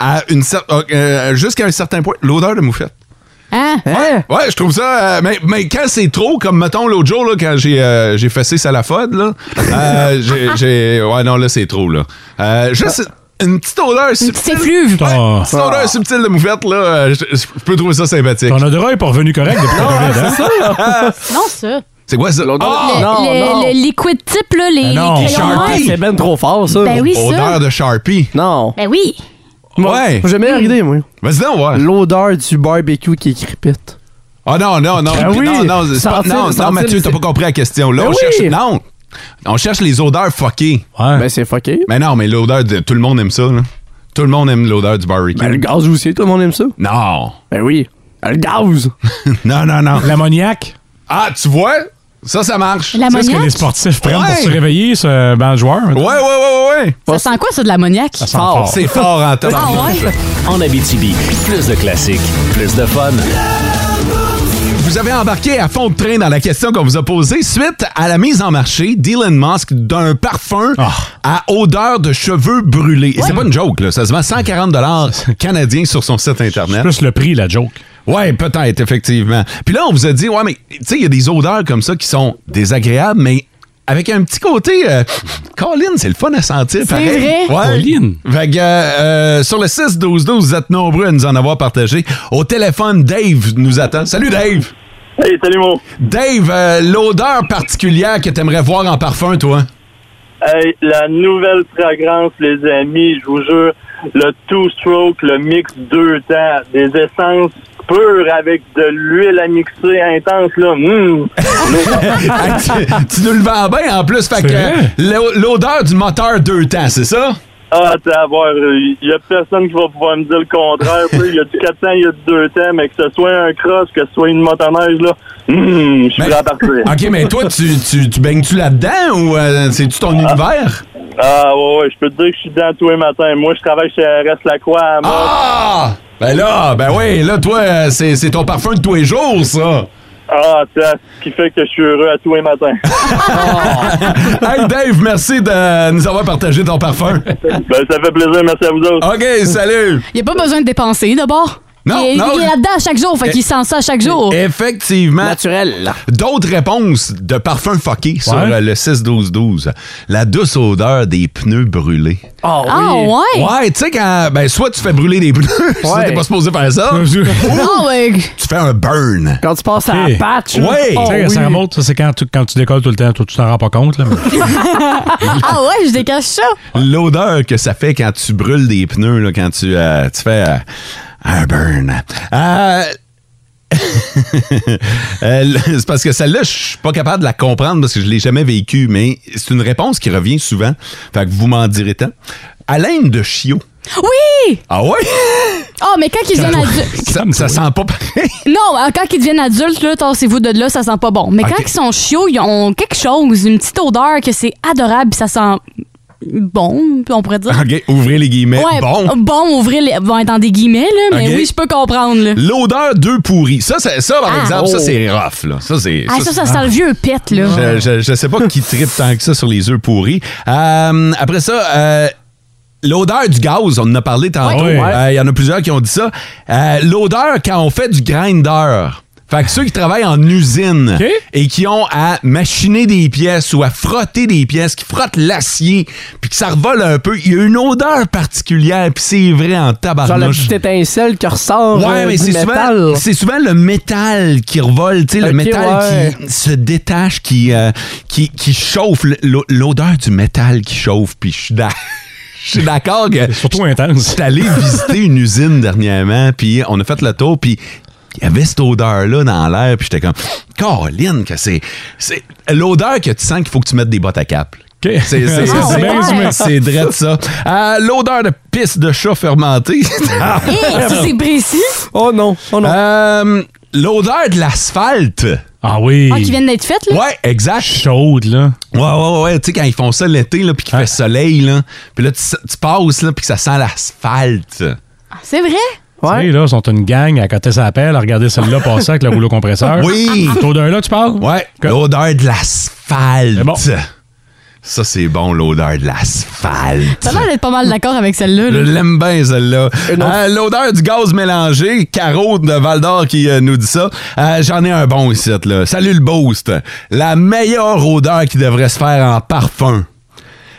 [SPEAKER 3] à une cer- euh, jusqu'à un certain point, l'odeur de moufette.
[SPEAKER 5] Hein?
[SPEAKER 6] Hein?
[SPEAKER 3] Ouais, je trouve ça. euh, mais, mais quand c'est trop, comme mettons l'autre jour, là, quand j'ai euh, j'ai fessé Salafode, là, euh, j'ai- j'ai. Ouais, non, là, c'est trop, là. Euh, juste une petite odeur
[SPEAKER 5] Petit
[SPEAKER 3] subtile.
[SPEAKER 5] effluve.
[SPEAKER 4] Ton,
[SPEAKER 3] Une petite odeur subtile de moufette, là, euh, je je peux trouver ça sympathique.
[SPEAKER 4] ton odorat est pas revenu correct depuis qu'on est hein?
[SPEAKER 5] Non, ça.
[SPEAKER 3] C'est quoi ça?
[SPEAKER 6] L'odeur-
[SPEAKER 3] Ah!
[SPEAKER 5] le,
[SPEAKER 6] non,
[SPEAKER 5] le-
[SPEAKER 6] non.
[SPEAKER 5] le liquide type, là, les,
[SPEAKER 4] Ben non.
[SPEAKER 5] les crayons
[SPEAKER 3] Sharpie.
[SPEAKER 5] noirs.
[SPEAKER 6] C'est ben trop fort, ça.
[SPEAKER 5] Ben oui, ça.
[SPEAKER 3] Odeur de Sharpie.
[SPEAKER 6] Non.
[SPEAKER 5] Ben oui.
[SPEAKER 3] Ouais.
[SPEAKER 6] J'ai meilleure
[SPEAKER 5] Hmm.
[SPEAKER 6] idée, moi.
[SPEAKER 3] Vas-y, donc, voir.
[SPEAKER 6] L'odeur du barbecue qui crépite.
[SPEAKER 3] Ah non, non, non.
[SPEAKER 6] Ben oui.
[SPEAKER 3] Non, non, c'est pas-
[SPEAKER 6] Sentir-
[SPEAKER 3] non, non,
[SPEAKER 6] sentir
[SPEAKER 3] Mathieu,
[SPEAKER 6] le-
[SPEAKER 3] t'as pas compris la question. Là,
[SPEAKER 6] Ben
[SPEAKER 3] on
[SPEAKER 6] oui.
[SPEAKER 3] cherche. Non! On cherche les odeurs fuckées.
[SPEAKER 4] Ouais.
[SPEAKER 6] Ben c'est fucké.
[SPEAKER 3] Mais non, mais l'odeur de. Tout le monde aime ça, là. Tout le monde aime l'odeur du barbecue.
[SPEAKER 6] Ben le gaz aussi, tout le monde aime ça.
[SPEAKER 3] Non!
[SPEAKER 6] Ben oui. Le gaz.
[SPEAKER 3] Non, non, non.
[SPEAKER 4] L'ammoniac,
[SPEAKER 3] Ah, tu vois? Ça, ça marche.
[SPEAKER 4] c'est ce que les
[SPEAKER 5] L'ammoniac.
[SPEAKER 4] sportifs prennent pour
[SPEAKER 3] Ouais.
[SPEAKER 4] se réveiller, ce ben, joueur.
[SPEAKER 3] Ouais, ouais, ouais, ouais, ouais.
[SPEAKER 5] Ça sent quoi, ça, de l'ammoniac?
[SPEAKER 4] Ça sent Ah, fort. hein,
[SPEAKER 3] C'est fort en temps.
[SPEAKER 5] Ah ouais?
[SPEAKER 2] Oh. En Abitibi, plus de classiques, plus de fun.
[SPEAKER 3] Vous avez embarqué à fond de train dans la question qu'on vous a posée suite à la mise en marché d'Elon Musk d'un parfum
[SPEAKER 4] Ah.
[SPEAKER 3] à odeur de cheveux brûlés. Et c'est pas une joke, là. Ça se vend 140 canadiens sur son site Internet.
[SPEAKER 4] Plus le prix, la joke.
[SPEAKER 3] Ouais, peut-être, effectivement. Puis là, on vous a dit, ouais, mais tu sais, il y a des odeurs comme ça qui sont désagréables, mais avec un petit côté. euh, Colin, c'est le fun à sentir, pareil.
[SPEAKER 5] vrai.
[SPEAKER 3] Ouais.
[SPEAKER 4] Colin.
[SPEAKER 3] Fait que, euh, sur le 6-12-12, vous êtes nombreux à nous en avoir partagé. Au téléphone, Dave nous attend. Salut, Dave!
[SPEAKER 11] Hey, salut mon.
[SPEAKER 3] Dave, euh, l'odeur particulière que t'aimerais voir en parfum, toi?
[SPEAKER 11] Hey, la nouvelle fragrance, les amis, je vous jure, le two-stroke, le mix deux temps, des essences pur avec de l'huile à mixer intense, là. Hum.
[SPEAKER 3] Hey, tu, tu nous le vends bien en plus. Fait que euh, l'o- l'odeur du moteur deux temps, c'est ça?
[SPEAKER 11] Ah, t'as à voir, il y a personne qui va pouvoir me dire le contraire. tu sais. Il y a du 4 ans, il y a du 2 temps, mais que ce soit un cross, que ce soit une motoneige, là, hum, je suis prêt à partir.
[SPEAKER 3] OK, mais toi, tu, tu, tu baignes-tu là-dedans ou euh, c'est-tu ton univers?
[SPEAKER 11] Ah, ouais, ouais, je peux te dire que je suis dedans tous les matins. Moi, je travaille chez Reste la Croix à Mort.
[SPEAKER 3] Ah! Ben là, ben oui, là, toi, euh, c'est c'est ton parfum de tous les jours, ça.
[SPEAKER 11] Ah, ça, ce qui fait que je suis heureux à tous les matins.
[SPEAKER 3] hey, Dave, merci de nous avoir partagé ton parfum.
[SPEAKER 11] ben, ça fait plaisir. Merci à vous autres.
[SPEAKER 3] OK, salut.
[SPEAKER 5] Il n'y a pas besoin de dépenser d'abord.
[SPEAKER 3] Non,
[SPEAKER 5] il est,
[SPEAKER 3] non. Eh,
[SPEAKER 5] il est là-dedans à chaque jour, fait qu'il sent ça à chaque jour.
[SPEAKER 3] Effectivement. Naturel. D'autres réponses de parfum fucké sur
[SPEAKER 5] Ouais.
[SPEAKER 3] euh, le 6-12-12. La douce odeur des pneus brûlés.
[SPEAKER 6] Oh,
[SPEAKER 5] Ah, ouais?
[SPEAKER 3] Ouais, tu sais, quand. Ben, soit tu fais brûler des pneus, ça,
[SPEAKER 6] Ouais.
[SPEAKER 3] t'es pas supposé faire ça.
[SPEAKER 5] Non, ouais.
[SPEAKER 3] tu fais un burn.
[SPEAKER 6] Quand tu passes à
[SPEAKER 4] Hey.
[SPEAKER 6] la patch, là.
[SPEAKER 3] Ouais.
[SPEAKER 6] Oh,
[SPEAKER 4] Tu sais,
[SPEAKER 6] oui.
[SPEAKER 4] ça remonte, ça, c'est quand tu, quand tu décolles tout le temps, toi, tu t'en rends pas compte. Là, mais-
[SPEAKER 5] ah ouais, je décache ça.
[SPEAKER 3] L'odeur que ça fait quand tu brûles des pneus, là, quand tu, euh, tu fais euh, un burn. Euh, euh, c'est parce que celle-là, je suis pas capable de la comprendre parce que je l'ai jamais vécue, mais c'est une réponse qui revient souvent. Fait que vous m'en direz tant. Haleine de chiot.
[SPEAKER 5] Oui!
[SPEAKER 3] Ah ouais?
[SPEAKER 5] Oh, mais quand ils deviennent adultes.
[SPEAKER 3] Ça, ça sent pas pareil.
[SPEAKER 5] Non, euh, quand ils deviennent adultes, là, tassez-vous de là, ça sent pas bon. Mais quand
[SPEAKER 3] Ok.
[SPEAKER 5] ils sont chiots, ils ont quelque chose, une petite odeur que c'est adorable, puis ça sent bon, on pourrait dire.
[SPEAKER 3] OK, ouvrez les guillemets.
[SPEAKER 5] ouais, oh,
[SPEAKER 3] bon.
[SPEAKER 5] Bon, ouvrez les. Bon, dans des guillemets, là, mais
[SPEAKER 3] Ok.
[SPEAKER 5] oui, je peux comprendre, là.
[SPEAKER 3] L'odeur d'œufs pourris. Ça, ça, ça, par
[SPEAKER 5] Ah.
[SPEAKER 3] exemple, ça,
[SPEAKER 5] Oh.
[SPEAKER 3] c'est rough. Là. Ça, c'est,
[SPEAKER 5] Ah, ça, ça sent le vieux pet, là.
[SPEAKER 3] Je, je, je sais pas qui tripe tant que ça sur les œufs pourris. Euh, après ça, euh, l'odeur du gaz, on en a parlé tantôt. Euh,
[SPEAKER 4] Ouais.
[SPEAKER 3] Il
[SPEAKER 4] Ouais.
[SPEAKER 3] y en a plusieurs qui ont dit ça. Euh, l'odeur quand on fait du grinder. Fait que ceux qui travaillent en usine
[SPEAKER 4] OK.
[SPEAKER 3] et qui ont à machiner des pièces ou à frotter des pièces, qui frottent l'acier, puis que ça revole un peu, il y a une odeur particulière, puis c'est vrai en
[SPEAKER 6] Genre la
[SPEAKER 3] tabarnouche.
[SPEAKER 6] petite étincelle qui ressort
[SPEAKER 3] Ouais,
[SPEAKER 6] euh,
[SPEAKER 3] mais
[SPEAKER 6] du
[SPEAKER 3] c'est
[SPEAKER 6] métal.
[SPEAKER 3] souvent, c'est souvent le métal qui revole, tu sais, le
[SPEAKER 6] Ok,
[SPEAKER 3] métal
[SPEAKER 6] ouais.
[SPEAKER 3] qui se détache, qui, euh, qui, qui chauffe, le- l'o- l'odeur du métal qui chauffe, puis je suis d'a- je suis d'accord que
[SPEAKER 4] C'est surtout intense.
[SPEAKER 3] j'étais allé visiter une usine dernièrement, puis on a fait le tour, puis il y avait cette odeur-là dans l'air, puis j'étais comme, Caroline, que c'est. C'est l'odeur que tu sens qu'il faut que tu mettes des bottes à cap. là.
[SPEAKER 4] OK.
[SPEAKER 3] C'est c'est-
[SPEAKER 4] Ah,
[SPEAKER 3] c'est-
[SPEAKER 4] ouais.
[SPEAKER 3] c'est- c'est drôle ça. Euh, l'odeur de pisse de chat fermentée.
[SPEAKER 5] Hé, ça, c'est précis.
[SPEAKER 6] Oh non, oh non.
[SPEAKER 3] Euh, L'odeur de l'asphalte.
[SPEAKER 4] Ah oui.
[SPEAKER 5] Ah, qui viennent d'être faites, là.
[SPEAKER 3] Ouais, exact.
[SPEAKER 4] Chaude, là. Ah.
[SPEAKER 3] Ouais, ouais, ouais. Tu sais, quand ils font ça l'été, là, puis qu'il fait soleil, là, puis là, tu, tu passes, là, puis que ça sent l'asphalte.
[SPEAKER 5] Ah, C'est vrai.
[SPEAKER 4] Tu sais,
[SPEAKER 6] Ouais.
[SPEAKER 4] là, ils sont une gang à côté sa pelle, à regarder celle-là passer avec le rouleau compresseur. Ah,
[SPEAKER 3] Oui!
[SPEAKER 4] Cette odeur-là, tu parles?
[SPEAKER 3] Ouais,
[SPEAKER 4] Que-
[SPEAKER 3] l'odeur de l'asphalte.
[SPEAKER 4] C'est bon.
[SPEAKER 3] Ça, c'est bon, l'odeur de l'asphalte.
[SPEAKER 5] Ça a l'air d'être pas mal d'accord avec celle-là.
[SPEAKER 3] Je
[SPEAKER 5] là.
[SPEAKER 3] l'aime bien, celle-là.
[SPEAKER 6] Une autre-
[SPEAKER 3] Euh, L'odeur du gaz mélangé. Caro de Val d'Or qui euh, nous dit ça. Euh, J'en ai un bon ici, là. Salut le boost. La meilleure odeur qui devrait se faire en parfum,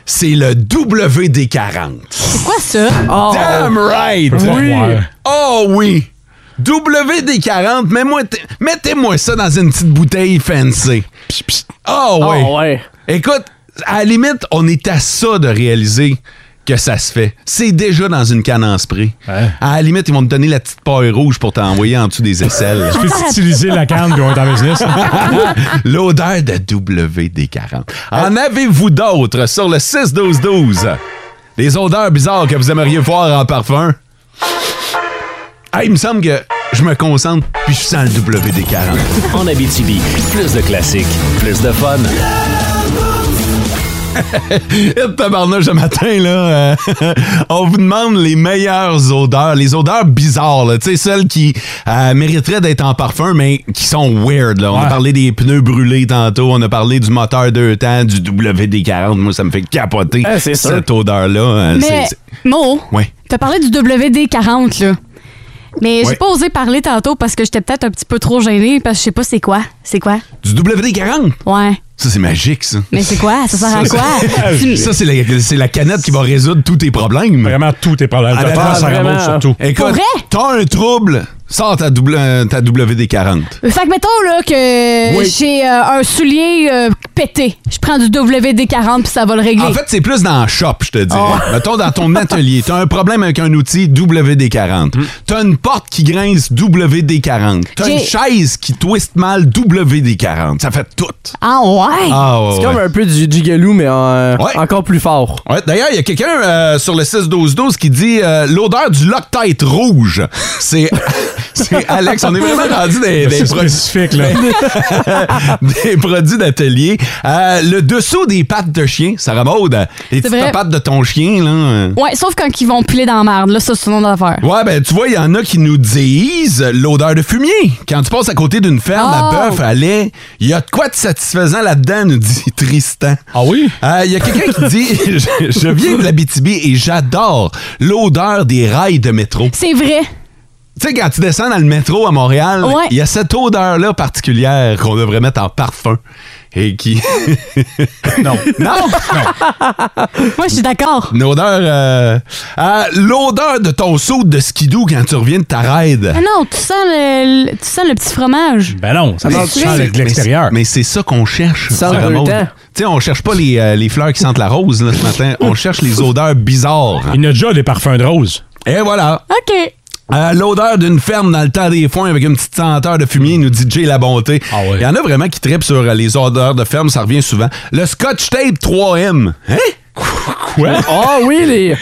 [SPEAKER 3] c'est le WD-40.
[SPEAKER 5] C'est quoi ça?
[SPEAKER 7] Oh.
[SPEAKER 3] Damn right!
[SPEAKER 4] Oui.
[SPEAKER 3] Oh oui! WD-40, mets-moi- mettez-moi ça dans une petite bouteille fancy. Oh oui!
[SPEAKER 6] Ah ouais.
[SPEAKER 3] Écoute, à la limite, on est à ça de réaliser que ça se fait. C'est déjà dans une canne en spray.
[SPEAKER 4] Ouais.
[SPEAKER 3] À la limite, ils vont te donner la petite paille rouge pour t'envoyer en dessous des aisselles.
[SPEAKER 4] Tu peux utiliser la canne puis on est en business.
[SPEAKER 3] L'odeur de WD-40.
[SPEAKER 4] Ah.
[SPEAKER 3] En avez-vous d'autres sur le 6-12-12? Les odeurs bizarres que vous aimeriez voir en parfum? Ah, il me semble que je me concentre puis je sens le WD-40.
[SPEAKER 2] En Abitibi, plus de classiques, plus de fun.
[SPEAKER 3] Hit Tabarnouche ce matin, là, euh, on vous demande les meilleures odeurs, les odeurs bizarres, là, tu sais, celles qui euh, mériteraient d'être en parfum, mais qui sont weird. Là. On a
[SPEAKER 4] Ouais.
[SPEAKER 3] parlé des pneus brûlés tantôt, on a parlé du moteur deux temps, du WD-40. Moi, ça me fait capoter
[SPEAKER 6] Ah, c'est sûr.
[SPEAKER 3] cette odeur-là. euh,
[SPEAKER 5] Mais,
[SPEAKER 3] c'est-
[SPEAKER 5] Mo,
[SPEAKER 3] Ouais.
[SPEAKER 5] t'as parlé du WD-40, là. Mais
[SPEAKER 3] Ouais.
[SPEAKER 5] j'ai pas osé parler tantôt parce que j'étais peut-être un petit peu trop gênée parce que je sais pas c'est quoi. C'est quoi?
[SPEAKER 3] c'est- Du WD-40?
[SPEAKER 5] Ouais.
[SPEAKER 3] Ça, c'est magique, ça.
[SPEAKER 5] Mais c'est quoi? Ah, Ça sert à quoi? Tu-
[SPEAKER 3] Ça, c'est la, c'est la canette qui va résoudre tous tes problèmes.
[SPEAKER 4] Vraiment, tout est problème.
[SPEAKER 3] Ah,
[SPEAKER 4] Toi,
[SPEAKER 3] vraiment,
[SPEAKER 4] ça
[SPEAKER 6] vraiment.
[SPEAKER 4] remonte surtout.
[SPEAKER 3] Écoute,
[SPEAKER 5] Pour vrai?
[SPEAKER 3] t'as un trouble, Sors ta, double- euh, ta WD-40.
[SPEAKER 5] Fait que mettons là, que
[SPEAKER 3] Oui.
[SPEAKER 5] j'ai euh, un soulier euh, pété. Je prends du WD-40 puis ça va le régler.
[SPEAKER 3] En fait, c'est plus dans le shop, je te dirais.
[SPEAKER 5] Oh.
[SPEAKER 3] Mettons dans ton atelier, t'as un problème avec un outil
[SPEAKER 4] Hmm.
[SPEAKER 3] WD-40. T'as une porte qui grince WD-40. T'as une
[SPEAKER 5] J'ai-
[SPEAKER 3] chaise qui twiste mal WD-40. Ça fait tout.
[SPEAKER 5] Ah ouais?
[SPEAKER 3] Ah ouais,
[SPEAKER 6] C'est
[SPEAKER 3] ouais.
[SPEAKER 6] comme un peu du gigalou, mais en- euh,
[SPEAKER 3] Ouais.
[SPEAKER 6] encore plus fort.
[SPEAKER 3] Ouais, D'ailleurs, il y a quelqu'un euh, sur le 6-12-12 qui dit euh, l'odeur du Loctite rouge. C'est c'est Alex. On est vraiment rendu des, des
[SPEAKER 4] C'est
[SPEAKER 3] produits-
[SPEAKER 4] spécifique, là.
[SPEAKER 3] des produits d'atelier. Euh, le dessous des pattes de chien, Sarah Maud, les petites
[SPEAKER 5] vrai.
[SPEAKER 3] pattes de ton chien, là. euh,
[SPEAKER 5] Ouais, sauf quand ils vont piler dans la marde. Là, ça, c'est une autre affaire.
[SPEAKER 3] Ouais, ben tu vois, il y en a qui nous disent l'odeur de fumier. Quand tu passes à côté d'une ferme à
[SPEAKER 5] Oh!
[SPEAKER 3] bœuf, à lait, il y a de quoi de satisfaisant là-dedans, nous dit Tristan. Euh,
[SPEAKER 4] Ah oui?
[SPEAKER 3] Il y a quelqu'un qui dit je, je viens de l'Abitibi et j'adore l'odeur des rails de métro.
[SPEAKER 5] C'est vrai.
[SPEAKER 3] Tu sais, quand tu descends dans le métro à Montréal, il
[SPEAKER 5] Ouais.
[SPEAKER 3] y a cette odeur-là particulière qu'on devrait mettre en parfum et qui.
[SPEAKER 4] non.
[SPEAKER 3] Non!
[SPEAKER 5] Moi, je suis d'accord.
[SPEAKER 3] Une odeur. euh, euh, l'odeur de ton saut de skidoo quand tu reviens de ta raide.
[SPEAKER 5] Ah non, tu sens le, le- tu sens le petit fromage.
[SPEAKER 4] Ben non, ça sent
[SPEAKER 3] Mais
[SPEAKER 4] du champ
[SPEAKER 3] c'est-
[SPEAKER 4] de l'extérieur.
[SPEAKER 3] Mais c'est ça qu'on cherche.
[SPEAKER 6] Ça, en
[SPEAKER 3] Sarah
[SPEAKER 6] même
[SPEAKER 3] Maud.
[SPEAKER 6] temps.
[SPEAKER 3] Tu sais, on cherche pas les, euh, les fleurs qui sentent la rose là, ce matin. On cherche les odeurs bizarres.
[SPEAKER 4] Il y en a déjà des parfums de rose.
[SPEAKER 3] Et voilà.
[SPEAKER 5] OK.
[SPEAKER 3] Euh, L'odeur d'une ferme dans le temps des foins avec une petite senteur de fumier, nous dit Jay La Bonté.
[SPEAKER 4] Ah ouais.
[SPEAKER 3] Il y en a vraiment qui tripent sur euh, les odeurs de ferme, ça revient souvent. Le Scotch Tape 3M. Hein?
[SPEAKER 4] Quoi?
[SPEAKER 6] Ah oui, les-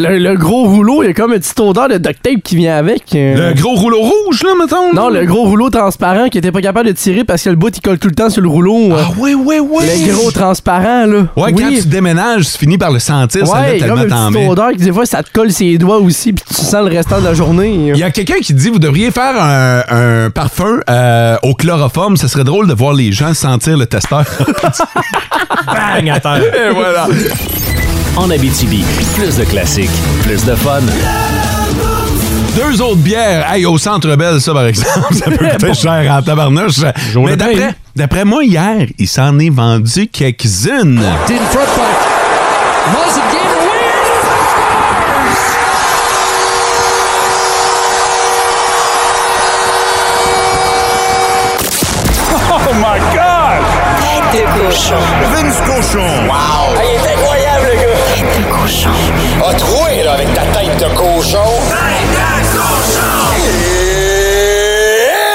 [SPEAKER 6] le, le gros rouleau, il y a comme une petite odeur de duct tape qui vient avec.
[SPEAKER 3] Le
[SPEAKER 6] Euh,
[SPEAKER 3] gros rouleau rouge, là, mettons?
[SPEAKER 6] Non, le gros rouleau transparent qui était pas capable de tirer parce que le bout il colle tout le temps sur le rouleau.
[SPEAKER 3] Ah
[SPEAKER 6] Euh,
[SPEAKER 3] oui, oui, oui.
[SPEAKER 6] Le gros transparent, là.
[SPEAKER 3] Ouais, quand
[SPEAKER 6] Oui.
[SPEAKER 3] tu déménages, tu finis par le sentir, ça
[SPEAKER 6] Ouais,
[SPEAKER 3] là,
[SPEAKER 6] comme
[SPEAKER 3] tellement
[SPEAKER 6] une
[SPEAKER 3] t'en
[SPEAKER 6] petite
[SPEAKER 3] mets.
[SPEAKER 6] odeur qui des fois ça te colle ses doigts aussi puis tu sens le restant de la journée. hein.
[SPEAKER 3] Il y a quelqu'un qui dit vous devriez faire un, un parfum euh, au chloroforme. Ce serait drôle de voir les gens sentir le testeur.
[SPEAKER 4] Bang à terre.
[SPEAKER 3] Et voilà.
[SPEAKER 2] En Abitibi, plus de classiques, plus de fun.
[SPEAKER 3] Deux autres bières. Hey, au Centre Belle, ça, par exemple, ça peut coûter cher en tabarnouche.
[SPEAKER 4] Jour
[SPEAKER 3] Mais
[SPEAKER 4] de
[SPEAKER 3] d'après,
[SPEAKER 4] paye.
[SPEAKER 3] d'après moi, hier, il s'en est vendu quelques-unes.
[SPEAKER 7] Tête de cochon.
[SPEAKER 12] Vince Cochon. Wow!
[SPEAKER 7] Ah, il est incroyable, le gars. Ah, Tête de cochon.
[SPEAKER 12] A troué, là, avec ta tête de cochon.
[SPEAKER 7] Tête de cochon.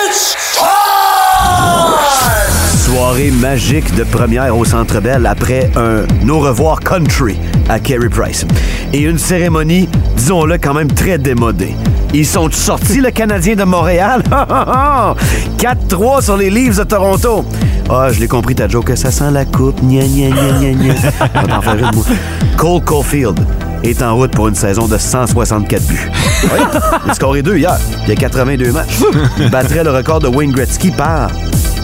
[SPEAKER 7] It's
[SPEAKER 13] Soirée magique de première au Centre Bell après un Au revoir country à Kerry Price. Et une cérémonie, disons-le, quand même très démodée. Ils sont sortis, le Canadien de Montréal? 4-3 sur les Leafs de Toronto. Ah, je l'ai compris, ta joke, ça sent la coupe. Gna, gna, gna, gna, gna. On va t'en faire une, moi. Cole Caulfield est en route pour une saison de 164 buts. Oui, il a scoré deux hier. Il y a 82 matchs. Il battrait le record de Wayne Gretzky par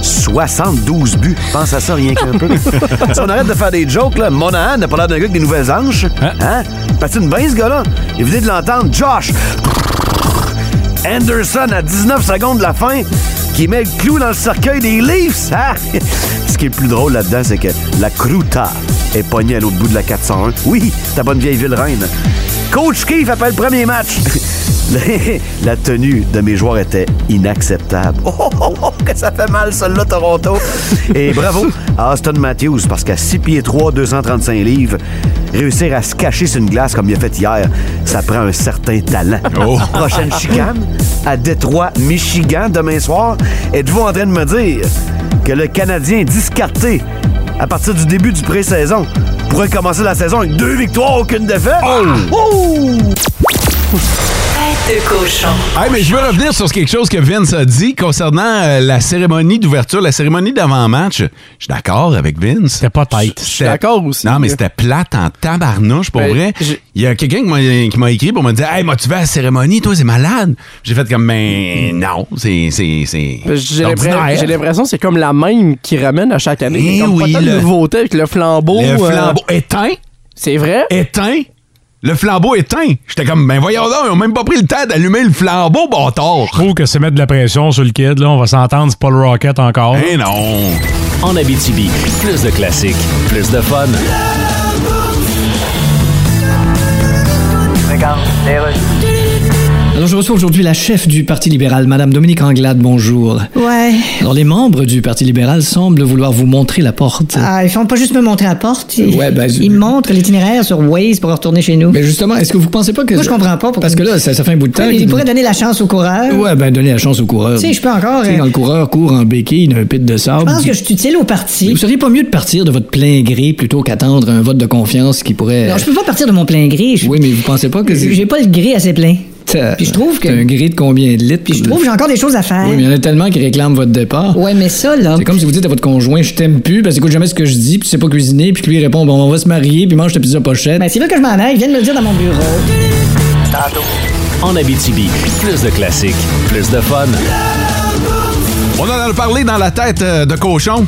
[SPEAKER 13] 72 buts. Pense à ça rien qu'un peu. si on arrête de faire des jokes, là, Monahan n'a pas l'air d'un gars avec des nouvelles hanches. Hein? Patine bien, ce gars-là. Et vous venez de l'entendre, Josh Anderson à 19 secondes de la fin qui met le clou dans le cercueil des Leafs. Ah! Ce qui est le plus drôle là-dedans, c'est que la Cruta est pognée à l'autre bout de la 401. Oui, ta bonne vieille ville reine. Coach Keefe après le premier match. la tenue de mes joueurs était inacceptable. Oh, oh, oh, oh, que ça fait mal, celle-là, Toronto. Et bravo à Austin Matthews, parce qu'à 6 pieds 3, 235 livres, réussir à se cacher sur une glace comme il a fait hier, ça prend un certain talent.
[SPEAKER 3] Oh.
[SPEAKER 13] Prochaine chicane à Détroit, Michigan, demain soir. Êtes-vous en train de me dire que le Canadien discarté à partir du début du pré-saison pourrait commencer la saison avec deux victoires, aucune défaite? Oh!
[SPEAKER 7] Tête de cochon.
[SPEAKER 3] Hey, mais je veux revenir sur quelque chose que Vince a dit concernant euh, la cérémonie d'ouverture, la cérémonie d'avant-match. Je suis d'accord avec Vince. C'était
[SPEAKER 4] pas tight.
[SPEAKER 3] Je suis
[SPEAKER 6] d'accord aussi.
[SPEAKER 3] Non, mais c'était plate en tabarnouche, pour
[SPEAKER 6] Ben,
[SPEAKER 3] vrai.
[SPEAKER 6] j'ai-
[SPEAKER 3] Il y a quelqu'un qui m'a- qui m'a écrit pour me dire Hey, m'as-tu vas à la cérémonie, toi, c'est malade? J'ai fait comme, ben non, c'est. c'est- c'est
[SPEAKER 6] Parce que J'ai l'impres-
[SPEAKER 3] ordinaire.
[SPEAKER 6] j'ai l'impression que c'est comme la même qui ramène à chaque année.
[SPEAKER 3] Eh
[SPEAKER 6] Il y a comme
[SPEAKER 3] oui,
[SPEAKER 6] pas tant de
[SPEAKER 3] le-
[SPEAKER 6] nouveautés avec le flambeau.
[SPEAKER 3] Le
[SPEAKER 6] euh,
[SPEAKER 3] flambeau éteint,
[SPEAKER 6] C'est vrai?
[SPEAKER 3] éteint. Le flambeau éteint. J'étais comme, ben voyons donc, ils ont même pas pris le temps d'allumer le flambeau,
[SPEAKER 4] Je
[SPEAKER 3] bâtard.
[SPEAKER 4] trouve que c'est mettre de la pression sur le kid. Là. On va s'entendre, c'est pas le Rocket encore.
[SPEAKER 3] Eh non.
[SPEAKER 2] En Abitibi, plus de classiques, plus de fun.
[SPEAKER 8] Alors, je
[SPEAKER 9] reçoit aujourd'hui la chef du Parti libéral, Madame Dominique Anglade. Bonjour.
[SPEAKER 14] Ouais.
[SPEAKER 9] Alors, les membres du Parti libéral semblent vouloir vous montrer la porte.
[SPEAKER 14] Ah, ils font pas juste me montrer la porte. Ils,
[SPEAKER 9] Ouais, ben,
[SPEAKER 14] ils montrent l'itinéraire sur Waze pour retourner chez nous.
[SPEAKER 9] Mais justement, est-ce que vous pensez pas que.
[SPEAKER 14] Moi, je comprends pas.
[SPEAKER 9] Parce que là, ça, ça fait un bout de temps.
[SPEAKER 14] pourquoi-
[SPEAKER 9] qu'ils-
[SPEAKER 14] Ils pourraient donner la chance au coureur.
[SPEAKER 9] Ouais, ben, donner la chance au coureur.
[SPEAKER 14] Tu sais, je peux encore,
[SPEAKER 9] Tu sais,
[SPEAKER 14] euh,
[SPEAKER 9] quand le coureur court en béquille d'un pit de sable.
[SPEAKER 14] Je pense que je suis utile au parti.
[SPEAKER 9] Vous seriez pas mieux de partir de votre plein gré plutôt qu'attendre un vote de confiance qui pourrait.
[SPEAKER 14] Non, je peux pas partir de mon plein gré. Je-
[SPEAKER 9] Oui, mais vous pensez pas que. c'est-
[SPEAKER 14] J'ai pas le gré assez plein.
[SPEAKER 9] Puis
[SPEAKER 14] je trouve que-
[SPEAKER 9] Un gré de combien de litres? Puis
[SPEAKER 14] Je trouve que j'ai encore des choses à faire.
[SPEAKER 9] Oui, mais il y en a tellement qui réclament votre départ.
[SPEAKER 14] Ouais, mais ça, là.
[SPEAKER 9] C'est comme si vous dites à votre conjoint, je t'aime plus, parce que écoute jamais ce que je dis, puis tu sais pas cuisiner, puis que lui il répond, bon, on va se marier, puis mange ta pizza pochette.
[SPEAKER 14] Ben, c'est là que je m'en aille. Ils viennent me le dire dans mon bureau.
[SPEAKER 2] En Abitibi, plus de classiques, plus de fun.
[SPEAKER 3] On en a parlé dans la tête euh, de cochon.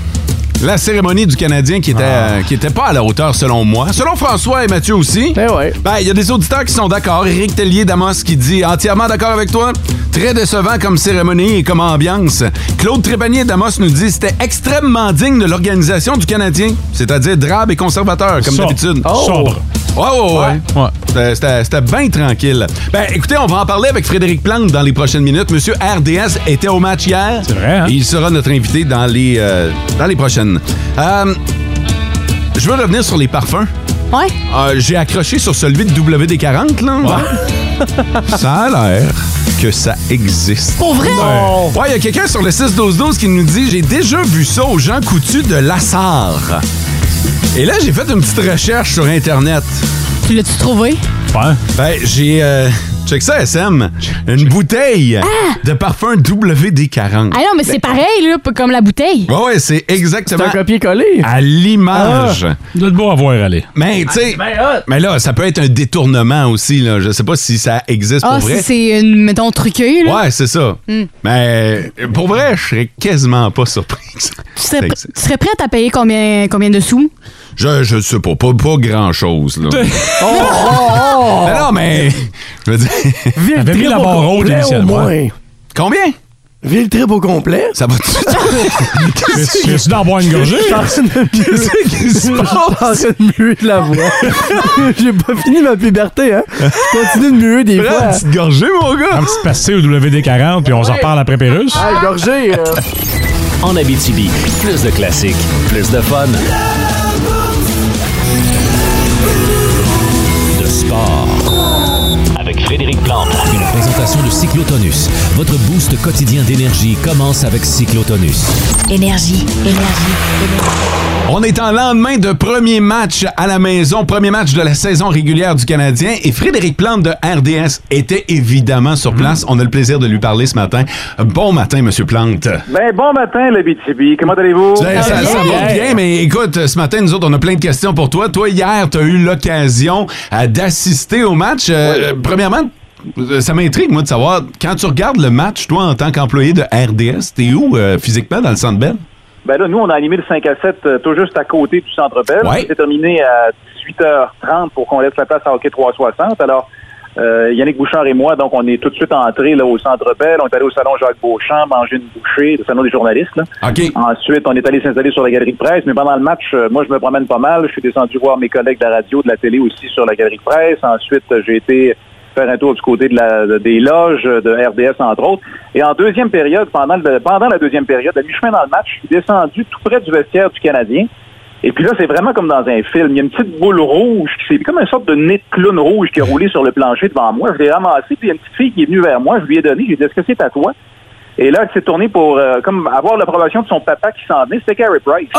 [SPEAKER 3] La cérémonie du Canadien qui était, euh, qui était pas à la hauteur selon moi. Selon François et Mathieu aussi. Ben, il y a des auditeurs qui sont d'accord. Éric Tellier Damas qui dit entièrement d'accord avec toi. Très décevant comme cérémonie et comme ambiance. Claude Trépanier Damas nous dit c'était extrêmement digne de l'organisation du Canadien, c'est-à-dire drabe et conservateur comme
[SPEAKER 4] Sobre.
[SPEAKER 3] d'habitude.
[SPEAKER 4] Sobre.
[SPEAKER 3] Ouais, ouais, ouais. C'était- C'était c'était bien tranquille. Ben, écoutez, on va en parler avec Frédéric Plante dans les prochaines minutes. Monsieur RDS était au match hier. C'est vrai, hein? Il sera notre invité dans les, euh, dans les prochaines. Euh, je veux revenir sur les parfums. Euh,
[SPEAKER 5] Ouais.
[SPEAKER 3] J'ai accroché sur celui de WD-40, là. ça a l'air que ça existe.
[SPEAKER 5] Pour vrai? Euh.
[SPEAKER 3] Ouais, il y a quelqu'un sur le 6-12-12 qui nous dit « J'ai déjà vu ça aux gens coutus de Lassar. » Et là, j'ai fait une petite recherche sur Internet.
[SPEAKER 5] Tu l'as-tu trouvé?
[SPEAKER 3] Ouais. Ben, j'ai... euh, check ça, SM. Une bouteille de parfum WD-40.
[SPEAKER 5] Ah non, mais c'est pareil, là, p- comme la bouteille.
[SPEAKER 3] Ouais, ouais, c'est exactement...
[SPEAKER 5] C'est un
[SPEAKER 3] copier-coller. À l'image.
[SPEAKER 4] Ah, Vous êtes beau à voir aller.
[SPEAKER 3] Mais, tu
[SPEAKER 14] Ah,
[SPEAKER 3] sais... Mais là, ça peut être un détournement aussi, là. Je sais pas si ça existe
[SPEAKER 5] Ah,
[SPEAKER 3] pour
[SPEAKER 5] si
[SPEAKER 3] vrai.
[SPEAKER 5] c'est une, mettons, truquée, là.
[SPEAKER 3] Ouais, c'est ça.
[SPEAKER 5] Hmm.
[SPEAKER 3] Mais pour vrai, je serais quasiment pas surpris. que ça-
[SPEAKER 5] Tu serais,
[SPEAKER 3] ça
[SPEAKER 5] pr-
[SPEAKER 3] existe.
[SPEAKER 5] tu serais prête à payer combien, combien de sous?
[SPEAKER 3] Je, je sais pas, pas, pas grand-chose, là. Mais non, mais. Je veux dire.
[SPEAKER 6] Oh. Ville
[SPEAKER 3] Avait mis
[SPEAKER 6] trip
[SPEAKER 3] la
[SPEAKER 6] au
[SPEAKER 3] barre haute
[SPEAKER 6] complet,
[SPEAKER 3] initialement.
[SPEAKER 6] au moins.
[SPEAKER 3] Combien?
[SPEAKER 6] Ville trip au complet.
[SPEAKER 3] Ça va
[SPEAKER 4] Qu'est-ce que- Veux-tu d'en boire une gorgée?
[SPEAKER 6] Qu'est-ce
[SPEAKER 3] qui se passe?
[SPEAKER 6] Je suis en train de muer de la voix. J'ai pas fini ma puberté, hein. Je continue de muer des
[SPEAKER 4] Prends
[SPEAKER 6] fois.
[SPEAKER 4] une petite
[SPEAKER 3] gorgée, mon gars!
[SPEAKER 4] Un petit passé au WD-40, puis on s'en reparle après Pérus.
[SPEAKER 6] Ah, gorgée. euh.
[SPEAKER 2] En Abitibi, plus de classiques, plus de fun. De sport. Avec Frédéric Plante.
[SPEAKER 15] Une présentation de Cyclotonus. Votre boost quotidien d'énergie commence avec Cyclotonus.
[SPEAKER 1] Énergie, énergie,
[SPEAKER 3] On est en lendemain de premier match à la maison, premier match de la saison régulière du Canadien. Et Frédéric Plante de RDS était évidemment sur place. On a le plaisir de lui parler ce matin. Bon matin, Monsieur Plante.
[SPEAKER 11] Ben, bon matin, le BTB. Comment allez-vous?
[SPEAKER 3] Ça, ça- ça va bien, mais écoute, ce matin, nous autres, on a plein de questions pour toi. Toi, hier, tu as eu l'occasion euh, d'assister au match. Euh, euh, Premièrement, euh, ça m'intrigue, moi, de savoir, quand tu regardes le match, toi, en tant qu'employé de RDS, t'es où euh, physiquement dans le centre Bell?
[SPEAKER 11] Ben là, nous, on a animé le 5 à 7 euh, tout juste à côté du Centre Bell.
[SPEAKER 3] Ouais.
[SPEAKER 11] C'est terminé à 18h30 pour qu'on laisse la place à Hockey 360. Alors, euh, Yannick Bouchard et moi, donc, on est tout de suite entrés là, au Centre Bell. On est allé au salon Jacques Beauchamp manger une bouchée, le salon des journalistes. là. Ensuite, on est allé s'installer sur la galerie de presse. Mais pendant le match, euh, moi, je me promène pas mal. Je suis descendu voir mes collègues de la radio, de la télé aussi sur la galerie de presse. Ensuite, euh, j'ai été faire un tour du côté de la- de- des loges euh, de RDS, entre autres. Et en deuxième période, pendant, le- pendant la deuxième période, à mi-chemin dans le match, je suis descendu tout près du vestiaire du Canadien. Et puis là, c'est vraiment comme dans un film. Il y a une petite boule rouge, qui- c'est comme une sorte de nez de clown rouge qui a roulé sur le plancher devant moi. Je l'ai ramassé, puis il y a une petite fille qui est venue vers moi. Je lui ai donné, j'ai dit, est-ce que c'est à toi? Et là, elle s'est tournée pour euh, comme avoir l'approbation de son papa qui s'en venait. C'était Carrie Price.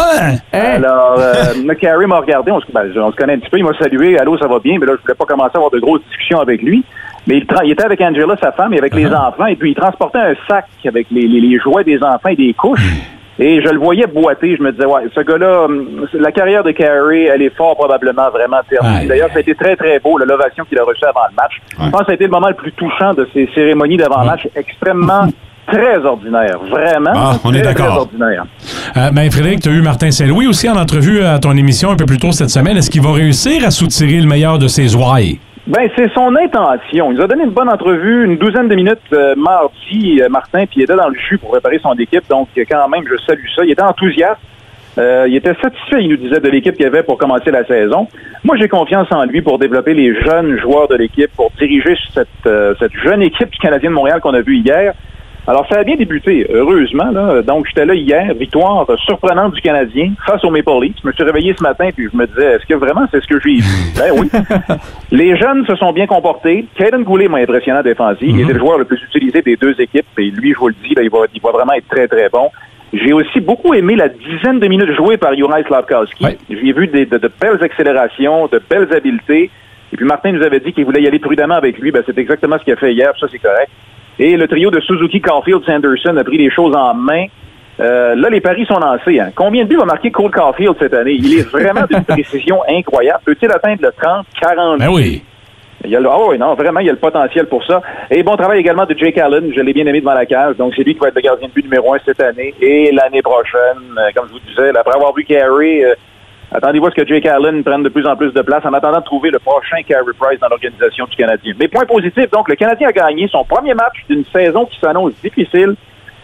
[SPEAKER 11] Alors, euh, le Carrie m'a regardé. On se, ben, on se connaît un petit peu. Il m'a salué. Allô, ça va bien? Mais là, je voulais pas commencer à avoir de grosses discussions avec lui. Mais il, tra- il était avec Angela, sa femme, et avec les enfants. Et puis, il transportait un sac avec les, les- les jouets des enfants et des couches. Et je le voyais boiter. Je me disais, ouais, ce gars-là, hum, la carrière de Carrie, elle est fort probablement vraiment terminée. D'ailleurs, ça a été très, très beau, là, l'ovation qu'il a reçue avant le match. Je pense que ça a été le moment le plus touchant de ces cérémonies d'avant-match extrêmement très ordinaires. Vraiment.
[SPEAKER 4] Ah, on est
[SPEAKER 11] très,
[SPEAKER 4] d'accord.
[SPEAKER 11] Très ordinaires.
[SPEAKER 4] Euh, ben, Frédéric, tu as eu Martin Saint-Louis aussi en entrevue à ton émission un peu plus tôt cette semaine. Est-ce qu'il va réussir à soutirer le meilleur de ses ouailles?
[SPEAKER 11] Ben, c'est son intention. Il nous a donné une bonne entrevue, une douzaine de minutes euh, mardi, euh, Martin, puis il était dans le jus pour préparer son équipe. Donc, euh, quand même, je salue ça. Il était enthousiaste. Euh, il était satisfait, il nous disait, de l'équipe qu'il avait pour commencer la saison. Moi, j'ai confiance en lui pour développer les jeunes joueurs de l'équipe, pour diriger cette, euh, cette jeune équipe du Canadien de Montréal qu'on a vue hier. Alors, ça a bien débuté, heureusement. Là. Donc, j'étais là hier, victoire surprenante du Canadien face aux Maple Leafs. Je me suis réveillé ce matin, puis je me disais, est-ce que vraiment c'est ce que j'ai vu? Ben oui. Les jeunes se sont bien comportés. Caden Goulet m'a impressionnant défensif. Il était le joueur le plus utilisé des deux équipes. Et lui, je vous le dis, là, il, va, il va vraiment être très, très bon. J'ai aussi beaucoup aimé la dizaine de minutes jouées par Juraj Slavkowski. J'ai vu des- de, de belles accélérations, de belles habiletés. Et puis Martin nous avait dit qu'il voulait y aller prudemment avec lui. Ben, c'est exactement ce qu'il a fait hier. Ça, c'est correct. Et le trio de Suzuki, Caulfield, Sanderson a pris les choses en main. Euh, là, les paris sont lancés. hein. Combien de buts va marquer Cole Caulfield cette année? Il est vraiment d'une précision incroyable. Peut-il atteindre le 30, 40?
[SPEAKER 4] Ben oui.
[SPEAKER 11] Il y a le- ah oui, non, vraiment, il y a le potentiel pour ça. Et bon travail également de Jake Allen. Je l'ai bien aimé devant la cage. Donc, c'est lui qui va être le gardien de but numéro un cette année et l'année prochaine. Euh, Comme je vous disais, là, après avoir vu Carey, euh, attendez-vous à ce que Jake Allen prenne de plus en plus de place en attendant de trouver le prochain Carey Price dans l'organisation du Canadien. Mais point positif, donc, le Canadien a gagné son premier match d'une saison qui s'annonce difficile.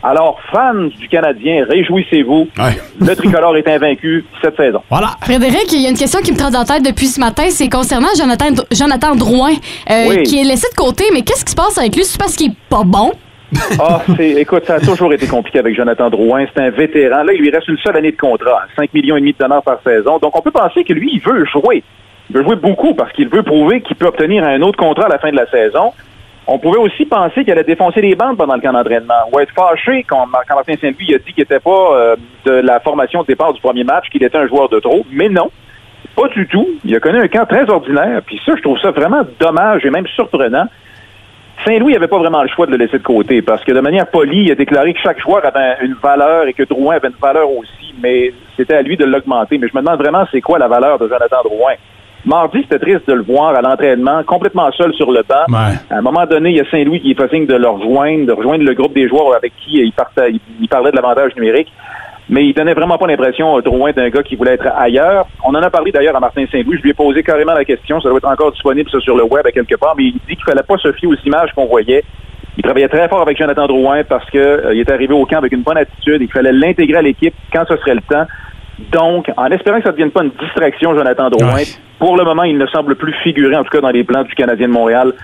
[SPEAKER 11] Alors, fans du Canadien, réjouissez-vous. Le tricolore est invaincu cette saison.
[SPEAKER 4] Voilà.
[SPEAKER 5] Frédéric, il y a une question qui me trotte en tête depuis ce matin, c'est concernant Jonathan, Jonathan Drouin, euh,
[SPEAKER 11] Oui.
[SPEAKER 5] qui est laissé de côté, mais qu'est-ce qui se passe avec lui? C'est parce qu'il est pas bon?
[SPEAKER 11] Ah, c'est, écoute, ça a toujours été compliqué avec Jonathan Drouin. C'est un vétéran. Là, il lui reste une seule année de contrat, 5 millions et demi de dollars par saison. Donc, on peut penser que lui, il veut jouer. Il veut jouer beaucoup parce qu'il veut prouver qu'il peut obtenir un autre contrat à la fin de la saison. On pouvait aussi penser qu'il allait défoncer les bandes pendant le camp d'entraînement ou être fâché quand Marc- quand Martin Saint-Louis il a dit qu'il n'était pas euh, de la formation au départ du premier match, qu'il était un joueur de trop. Mais non, pas du tout. Il a connu un camp très ordinaire. Puis ça, je trouve ça vraiment dommage et même surprenant. Saint-Louis n'avait pas vraiment le choix de le laisser de côté parce que de manière polie, il a déclaré que chaque joueur avait une valeur et que Drouin avait une valeur aussi, mais c'était à lui de l'augmenter. Mais je me demande vraiment c'est quoi la valeur de Jonathan Drouin. Mardi, c'était triste de le voir à l'entraînement, complètement seul sur le banc. À un moment donné, il y a Saint-Louis qui fait signe de le rejoindre, de rejoindre le groupe des joueurs avec qui il, parta- il- il parlait de l'avantage numérique. Mais il donnait vraiment pas l'impression, euh, Drouin, d'un gars qui voulait être ailleurs. On en a parlé d'ailleurs à Martin Saint-Louis. Je lui ai posé carrément la question. Ça doit être encore disponible ça, sur le web à quelque part. Mais il dit qu'il fallait pas se fier aux images qu'on voyait. Il travaillait très fort avec Jonathan Drouin parce que euh, il est arrivé au camp avec une bonne attitude et qu'il fallait l'intégrer à l'équipe quand ce serait le temps. Donc, en espérant que ça ne devienne pas une distraction, Jonathan Drouin, pour le moment, il ne semble plus figurer, en tout cas dans les plans du Canadien de Montréal,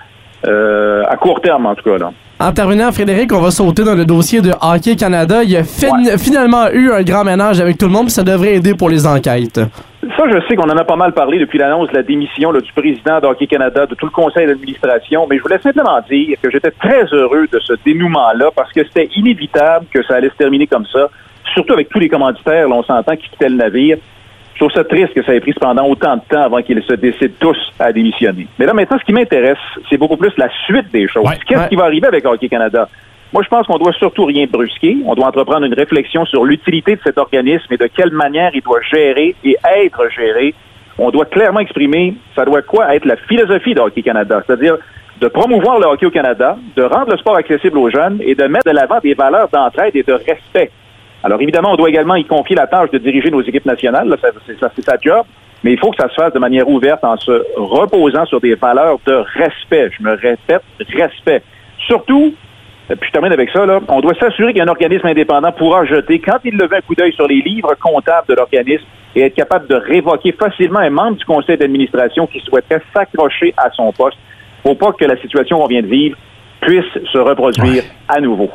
[SPEAKER 11] euh, à court terme en tout cas. Là.
[SPEAKER 6] En terminant, Frédéric, on va sauter dans le dossier de Hockey Canada. Il y a fin- finalement eu un grand ménage avec tout le monde, puis ça devrait aider pour les enquêtes.
[SPEAKER 11] Ça, je sais qu'on en a pas mal parlé depuis l'annonce de la démission là, du président d'Hockey Canada, de tout le conseil d'administration, mais je voulais simplement dire que j'étais très heureux de ce dénouement-là parce que c'était inévitable que ça allait se terminer comme ça, surtout avec tous les commanditaires, là, on s'entend, qui quittaient le navire. Je trouve ça triste que ça ait pris cependant autant de temps avant qu'ils se décident tous à démissionner. Mais là, maintenant, ce qui m'intéresse, c'est beaucoup plus la suite des choses. Qu'est-ce qui va arriver avec Hockey Canada? Moi, je pense qu'on doit surtout rien brusquer. On doit entreprendre une réflexion sur l'utilité de cet organisme et de quelle manière il doit gérer et être géré. On doit clairement exprimer, ça doit quoi être la philosophie de Hockey Canada, c'est-à-dire de promouvoir le hockey au Canada, de rendre le sport accessible aux jeunes et de mettre de l'avant des valeurs d'entraide et de respect. Alors évidemment, on doit également y confier la tâche de diriger nos équipes nationales, là, ça, c'est, ça, c'est sa job, mais il faut que ça se fasse de manière ouverte en se reposant sur des valeurs de respect. Je me répète, respect. Surtout, euh, puis je termine avec ça, là, on doit s'assurer qu'un organisme indépendant pourra jeter, quand il lever un coup d'œil sur les livres comptables de l'organisme, et être capable de révoquer facilement un membre du conseil d'administration qui souhaiterait s'accrocher à son poste pour pas que la situation qu'on vient de vivre puisse se reproduire à nouveau.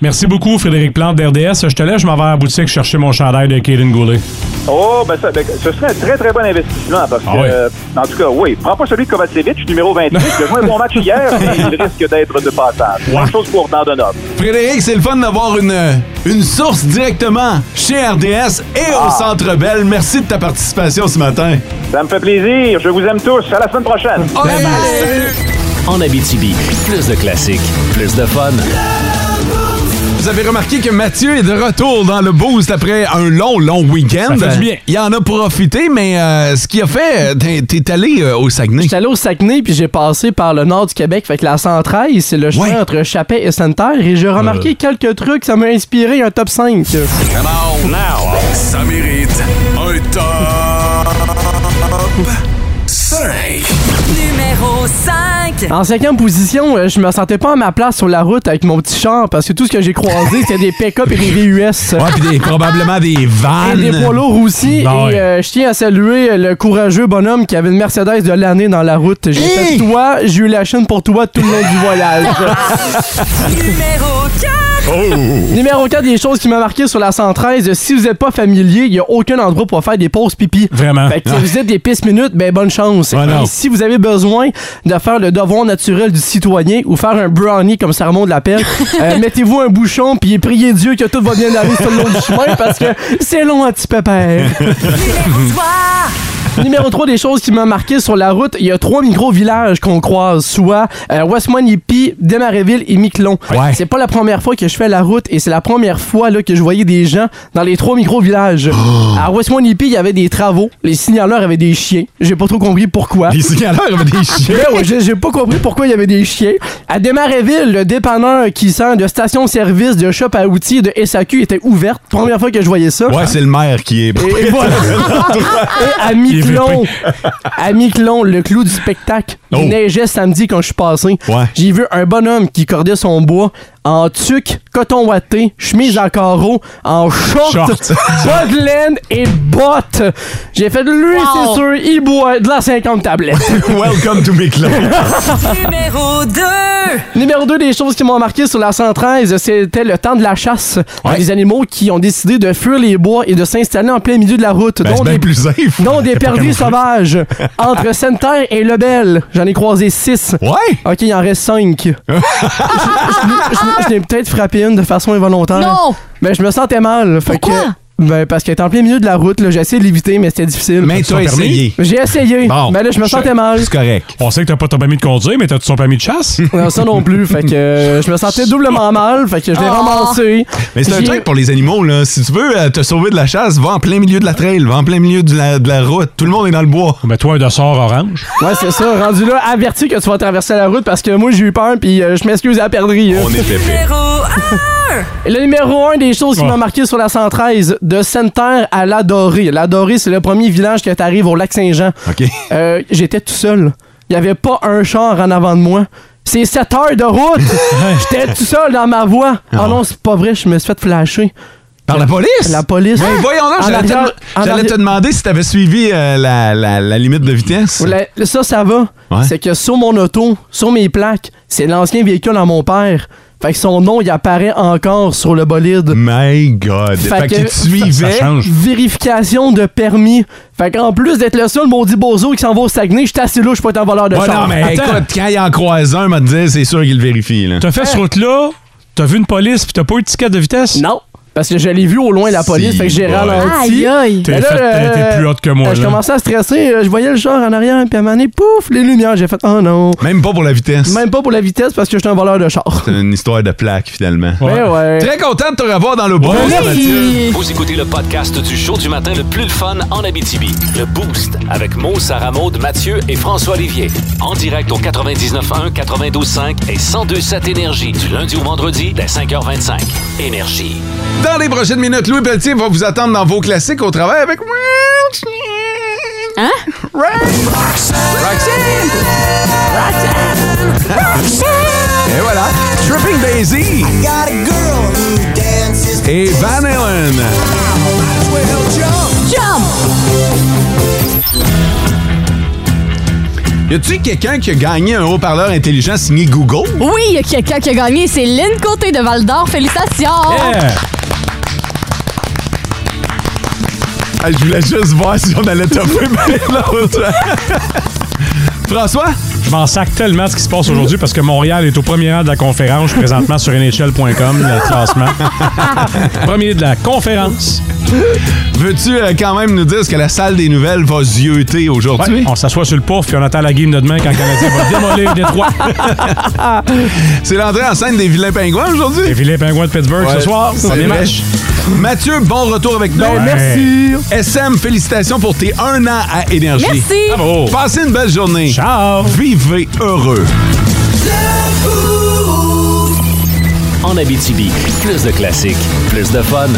[SPEAKER 4] Merci beaucoup, Frédéric Plante d'RDS. Je te laisse, je m'en vais à la boutique chercher mon chandail de Kaden Goulet.
[SPEAKER 11] Oh, ben, ça, ben, ce serait un très, très bon investissement parce que,
[SPEAKER 4] Ah oui.
[SPEAKER 11] euh, en tout cas, oui, prends pas celui de Kovacevic, numéro 28. Il a joué un bon match hier, mais il risque d'être de passage. Même chose pour Dandonov.
[SPEAKER 3] Frédéric, c'est le fun d'avoir une, euh, une source directement chez RDS et au Centre Bell. Merci de ta participation ce matin.
[SPEAKER 11] Ah.
[SPEAKER 3] Oh,
[SPEAKER 11] Ça me fait plaisir. Je vous aime tous. À la semaine prochaine.
[SPEAKER 2] En Abitibi, plus de classiques, plus de fun.
[SPEAKER 3] Vous avez remarqué que Mathieu est de retour dans le boost après un long, long week-end.
[SPEAKER 6] Ça fait du bien.
[SPEAKER 3] Il en a profité, mais euh, ce qu'il a fait, euh, t'es t'es allé euh, au Saguenay.
[SPEAKER 6] J'étais allé au Saguenay, puis j'ai passé par le nord du Québec. Fait que la 113, c'est le chemin entre Chapet et Sainte-Terre. Et j'ai remarqué quelques trucs, ça m'a inspiré un top
[SPEAKER 16] Come
[SPEAKER 6] 5.
[SPEAKER 16] on now. Ça mérite un top 5.
[SPEAKER 7] Numéro 5. minutes.
[SPEAKER 6] En cinquième position, euh, je me sentais pas à ma place sur la route avec mon petit char parce que tout ce que j'ai croisé, c'était des pick-up et des VUS.
[SPEAKER 3] Ouais, puis des- probablement des vannes.
[SPEAKER 6] Et des poids lourds aussi.
[SPEAKER 3] Ah
[SPEAKER 6] et
[SPEAKER 3] ouais.
[SPEAKER 6] euh, je tiens à saluer le courageux bonhomme qui avait une Mercedes de l'année dans la route. J'ai fait toi, j'ai eu la chaîne pour toi tout le long du voyage.
[SPEAKER 7] Numéro 4.
[SPEAKER 3] Oh!
[SPEAKER 6] Numéro 4 des choses qui m'a marqué sur la 113, si vous n'êtes pas familier, il n'y a aucun endroit pour faire des pauses pipi.
[SPEAKER 7] Hein?
[SPEAKER 4] Vraiment.
[SPEAKER 6] Fait que si vous êtes des pistes minutes, ben bonne chance.
[SPEAKER 4] non.
[SPEAKER 6] Et si vous avez besoin de faire le devoir naturel du citoyen ou faire un brownie comme ça remonte l'appel, euh, mettez-vous un bouchon puis priez Dieu que tout va bien aller tout le long du chemin parce que c'est long un petit pépère. Numéro 3 des choses qui m'ont marqué sur la route, il y a trois micro-villages qu'on croise, soit euh, Westmount, Hippie, Desmarais-Ville et Miquelon. C'est pas la première fois que je fais la route et c'est la première fois là, que je voyais des gens dans les trois micro-villages.
[SPEAKER 3] Oh.
[SPEAKER 6] À Westmount, Hippie, il y avait des travaux, les signaleurs avaient des chiens. J'ai pas trop compris pourquoi.
[SPEAKER 3] Les signaleurs avaient des chiens?
[SPEAKER 6] Ben ouais, j'ai j'ai pas compris pourquoi il y avait des chiens. À Desmarais-Ville, le dépanneur qui sent de station-service, de shop à outils, de SAQ était ouverte. Première fois que je voyais ça.
[SPEAKER 3] Ouais, c'est le maire qui est.
[SPEAKER 6] Et, et voilà. Et à Miquelon, à Miquelon, le clou du spectacle,
[SPEAKER 3] Oh.
[SPEAKER 6] il neigeait samedi quand je suis passé. J'ai vu un bonhomme qui cordait son bois en tuc, coton watté, chemise à carreaux, en short,
[SPEAKER 4] Short.
[SPEAKER 6] bas de laine et bottes. J'ai fait, lui, c'est sûr, il boit de la 50 tablette.
[SPEAKER 3] Welcome to Miquelon.
[SPEAKER 7] Numéro 2.
[SPEAKER 6] Numéro 2 des choses qui m'ont marqué sur la 113, c'était le temps de la chasse. Les animaux qui ont décidé de fuir les bois et de s'installer en plein milieu de la route.
[SPEAKER 3] Ben,
[SPEAKER 6] dont
[SPEAKER 3] c'est bien plus safe.
[SPEAKER 6] dont des
[SPEAKER 3] T'es pas
[SPEAKER 6] perdus
[SPEAKER 3] camouflé.
[SPEAKER 6] sauvages. Entre Sainte-Terre et Lebel, j'en ai croisé 6.
[SPEAKER 3] Ouais!
[SPEAKER 6] OK, il en reste 5. Je l'ai peut-être frappé une de façon involontaire.
[SPEAKER 5] Non!
[SPEAKER 6] Mais je me sentais mal. Fait que, ben, parce qu'elle était en plein milieu de la route, là, j'ai essayé de l'éviter, mais c'était difficile.
[SPEAKER 3] Mais
[SPEAKER 6] Son
[SPEAKER 3] t'as
[SPEAKER 6] permis?
[SPEAKER 3] essayé.
[SPEAKER 6] J'ai essayé. mais là, je me sentais mal.
[SPEAKER 3] C'est correct.
[SPEAKER 4] On sait que t'as pas ton permis de conduire, mais t'as-tu ton permis de chasse?
[SPEAKER 6] Non, ça non plus. Fait que euh, je me sentais doublement mal. Fait que je l'ai ramassé.
[SPEAKER 3] Mais c'est un
[SPEAKER 6] J'ai-
[SPEAKER 3] truc pour les animaux, là. Si tu veux euh, te sauver de la chasse, va en plein milieu de la trail, va en plein milieu de la, de la route. Tout le monde est dans le bois.
[SPEAKER 4] Mais toi, un de sort orange.
[SPEAKER 6] Ouais, c'est ça. Rendu là, averti que tu vas traverser la route parce que moi, j'ai eu peur, puis euh, je m'excuse à la perdrix.
[SPEAKER 3] On est pépé.
[SPEAKER 7] Numéro 1.
[SPEAKER 6] Le numéro 1 des choses qui
[SPEAKER 4] Ouais.
[SPEAKER 6] m'ont marqué sur la 113, de Sainte-Terre à L'Adoré. L'Adoré, c'est le premier village que t'arrives au lac Saint-Jean.
[SPEAKER 3] OK.
[SPEAKER 6] Euh, J'étais tout seul. Il n'y avait pas un char en avant de moi. C'est 7 heures de route! J'étais tout seul dans ma voie.
[SPEAKER 3] Ah
[SPEAKER 6] Oh, non, c'est pas vrai, je me suis fait flasher.
[SPEAKER 3] Par la police?
[SPEAKER 6] La police.
[SPEAKER 3] Ben, voyons là,
[SPEAKER 6] En
[SPEAKER 3] j'allais
[SPEAKER 6] arrière-
[SPEAKER 3] te,
[SPEAKER 6] en
[SPEAKER 3] j'allais
[SPEAKER 6] arrière-
[SPEAKER 3] te demander si t'avais suivi euh, la, la- la limite de vitesse.
[SPEAKER 6] La- ça, ça va.
[SPEAKER 3] Ouais.
[SPEAKER 6] C'est que sur mon auto, sur mes plaques, c'est l'ancien véhicule à mon père. Fait que son nom, il apparaît encore sur le bolide.
[SPEAKER 3] My God. Fait, qu'il te suivait.
[SPEAKER 6] Vérification de permis. Fait qu'en plus d'être le seul maudit bozo qui s'en va au Saguenay, j'étais assez là, je suis pas un voleur de
[SPEAKER 3] Ouais,
[SPEAKER 6] char.
[SPEAKER 3] non, mais
[SPEAKER 4] Attends.
[SPEAKER 3] écoute, quand il en croise un, m'a dit, c'est sûr qu'il le vérifie, là.
[SPEAKER 4] T'as fait ce route-là, t'as vu une police, puis t'as pas eu de ticket de vitesse?
[SPEAKER 6] Non. Parce que je l'ai vu au loin, la police,
[SPEAKER 4] Si,
[SPEAKER 6] fait que j'ai
[SPEAKER 4] boy.
[SPEAKER 6] ralenti.
[SPEAKER 5] Aïe, aïe.
[SPEAKER 4] T'es
[SPEAKER 6] Mais là,
[SPEAKER 4] fait-
[SPEAKER 6] euh,
[SPEAKER 4] t'es plus haute que moi,
[SPEAKER 6] euh, Je
[SPEAKER 4] là.
[SPEAKER 6] commençais à stresser, euh, je voyais le char en arrière, puis à un moment donné, pouf, les lumières, j'ai fait « Oh non!
[SPEAKER 3] Même pas pour la vitesse. »
[SPEAKER 6] Même pas pour la vitesse, parce que j'étais un voleur de char.
[SPEAKER 3] C'est une histoire de plaque, finalement.
[SPEAKER 6] Mais Ben ouais.
[SPEAKER 3] Très content de te revoir dans le bois, Mathieu.
[SPEAKER 2] Vous écoutez le podcast du show du matin le plus le fun en Abitibi. Le Boost avec Mo, Sarah Maud, Mathieu et François Olivier. En direct au 99.1, 92.5 et 102.7 Énergie du lundi au vendredi dès 5h25. Énergie.
[SPEAKER 3] Dans les prochaines minutes, Louis Pelletier va vous attendre dans vos classiques au travail avec moi.
[SPEAKER 5] Hein?
[SPEAKER 3] Et voilà, Tripping Daisy et Van Halen. Y a-tu quelqu'un qui a gagné un haut-parleur intelligent signé Google?
[SPEAKER 5] Oui, il y a quelqu'un qui a gagné, c'est Lynn Côté de Val d'Or. Félicitations!
[SPEAKER 3] Ah, je voulais juste voir si on allait taper l'autre. François?
[SPEAKER 4] Je m'en sac tellement de ce qui se passe aujourd'hui parce que Montréal est au premier rang de la conférence présentement sur NHL.com, le classement. premier de la conférence.
[SPEAKER 3] Veux-tu euh, quand même nous dire ce que la salle des nouvelles va zioter aujourd'hui?
[SPEAKER 4] Ouais, on s'assoit sur le pouf puis on attend la game de demain quand le Canadien va démolir Détroit.
[SPEAKER 3] C'est l'entrée en scène des vilains pingouins aujourd'hui?
[SPEAKER 4] Les vilains pingouins de Pittsburgh
[SPEAKER 3] Ouais,
[SPEAKER 4] ce soir.
[SPEAKER 3] c'est
[SPEAKER 4] Premier
[SPEAKER 3] vrai.
[SPEAKER 4] match.
[SPEAKER 3] Mathieu, bon retour avec nous.
[SPEAKER 4] Ben, merci.
[SPEAKER 3] SM, félicitations pour tes un an à Énergie.
[SPEAKER 5] Merci.
[SPEAKER 4] Bravo.
[SPEAKER 3] Passez une belle journée.
[SPEAKER 4] Ciao.
[SPEAKER 3] Vivez heureux.
[SPEAKER 2] En Abitibi, plus de classiques, plus de fun.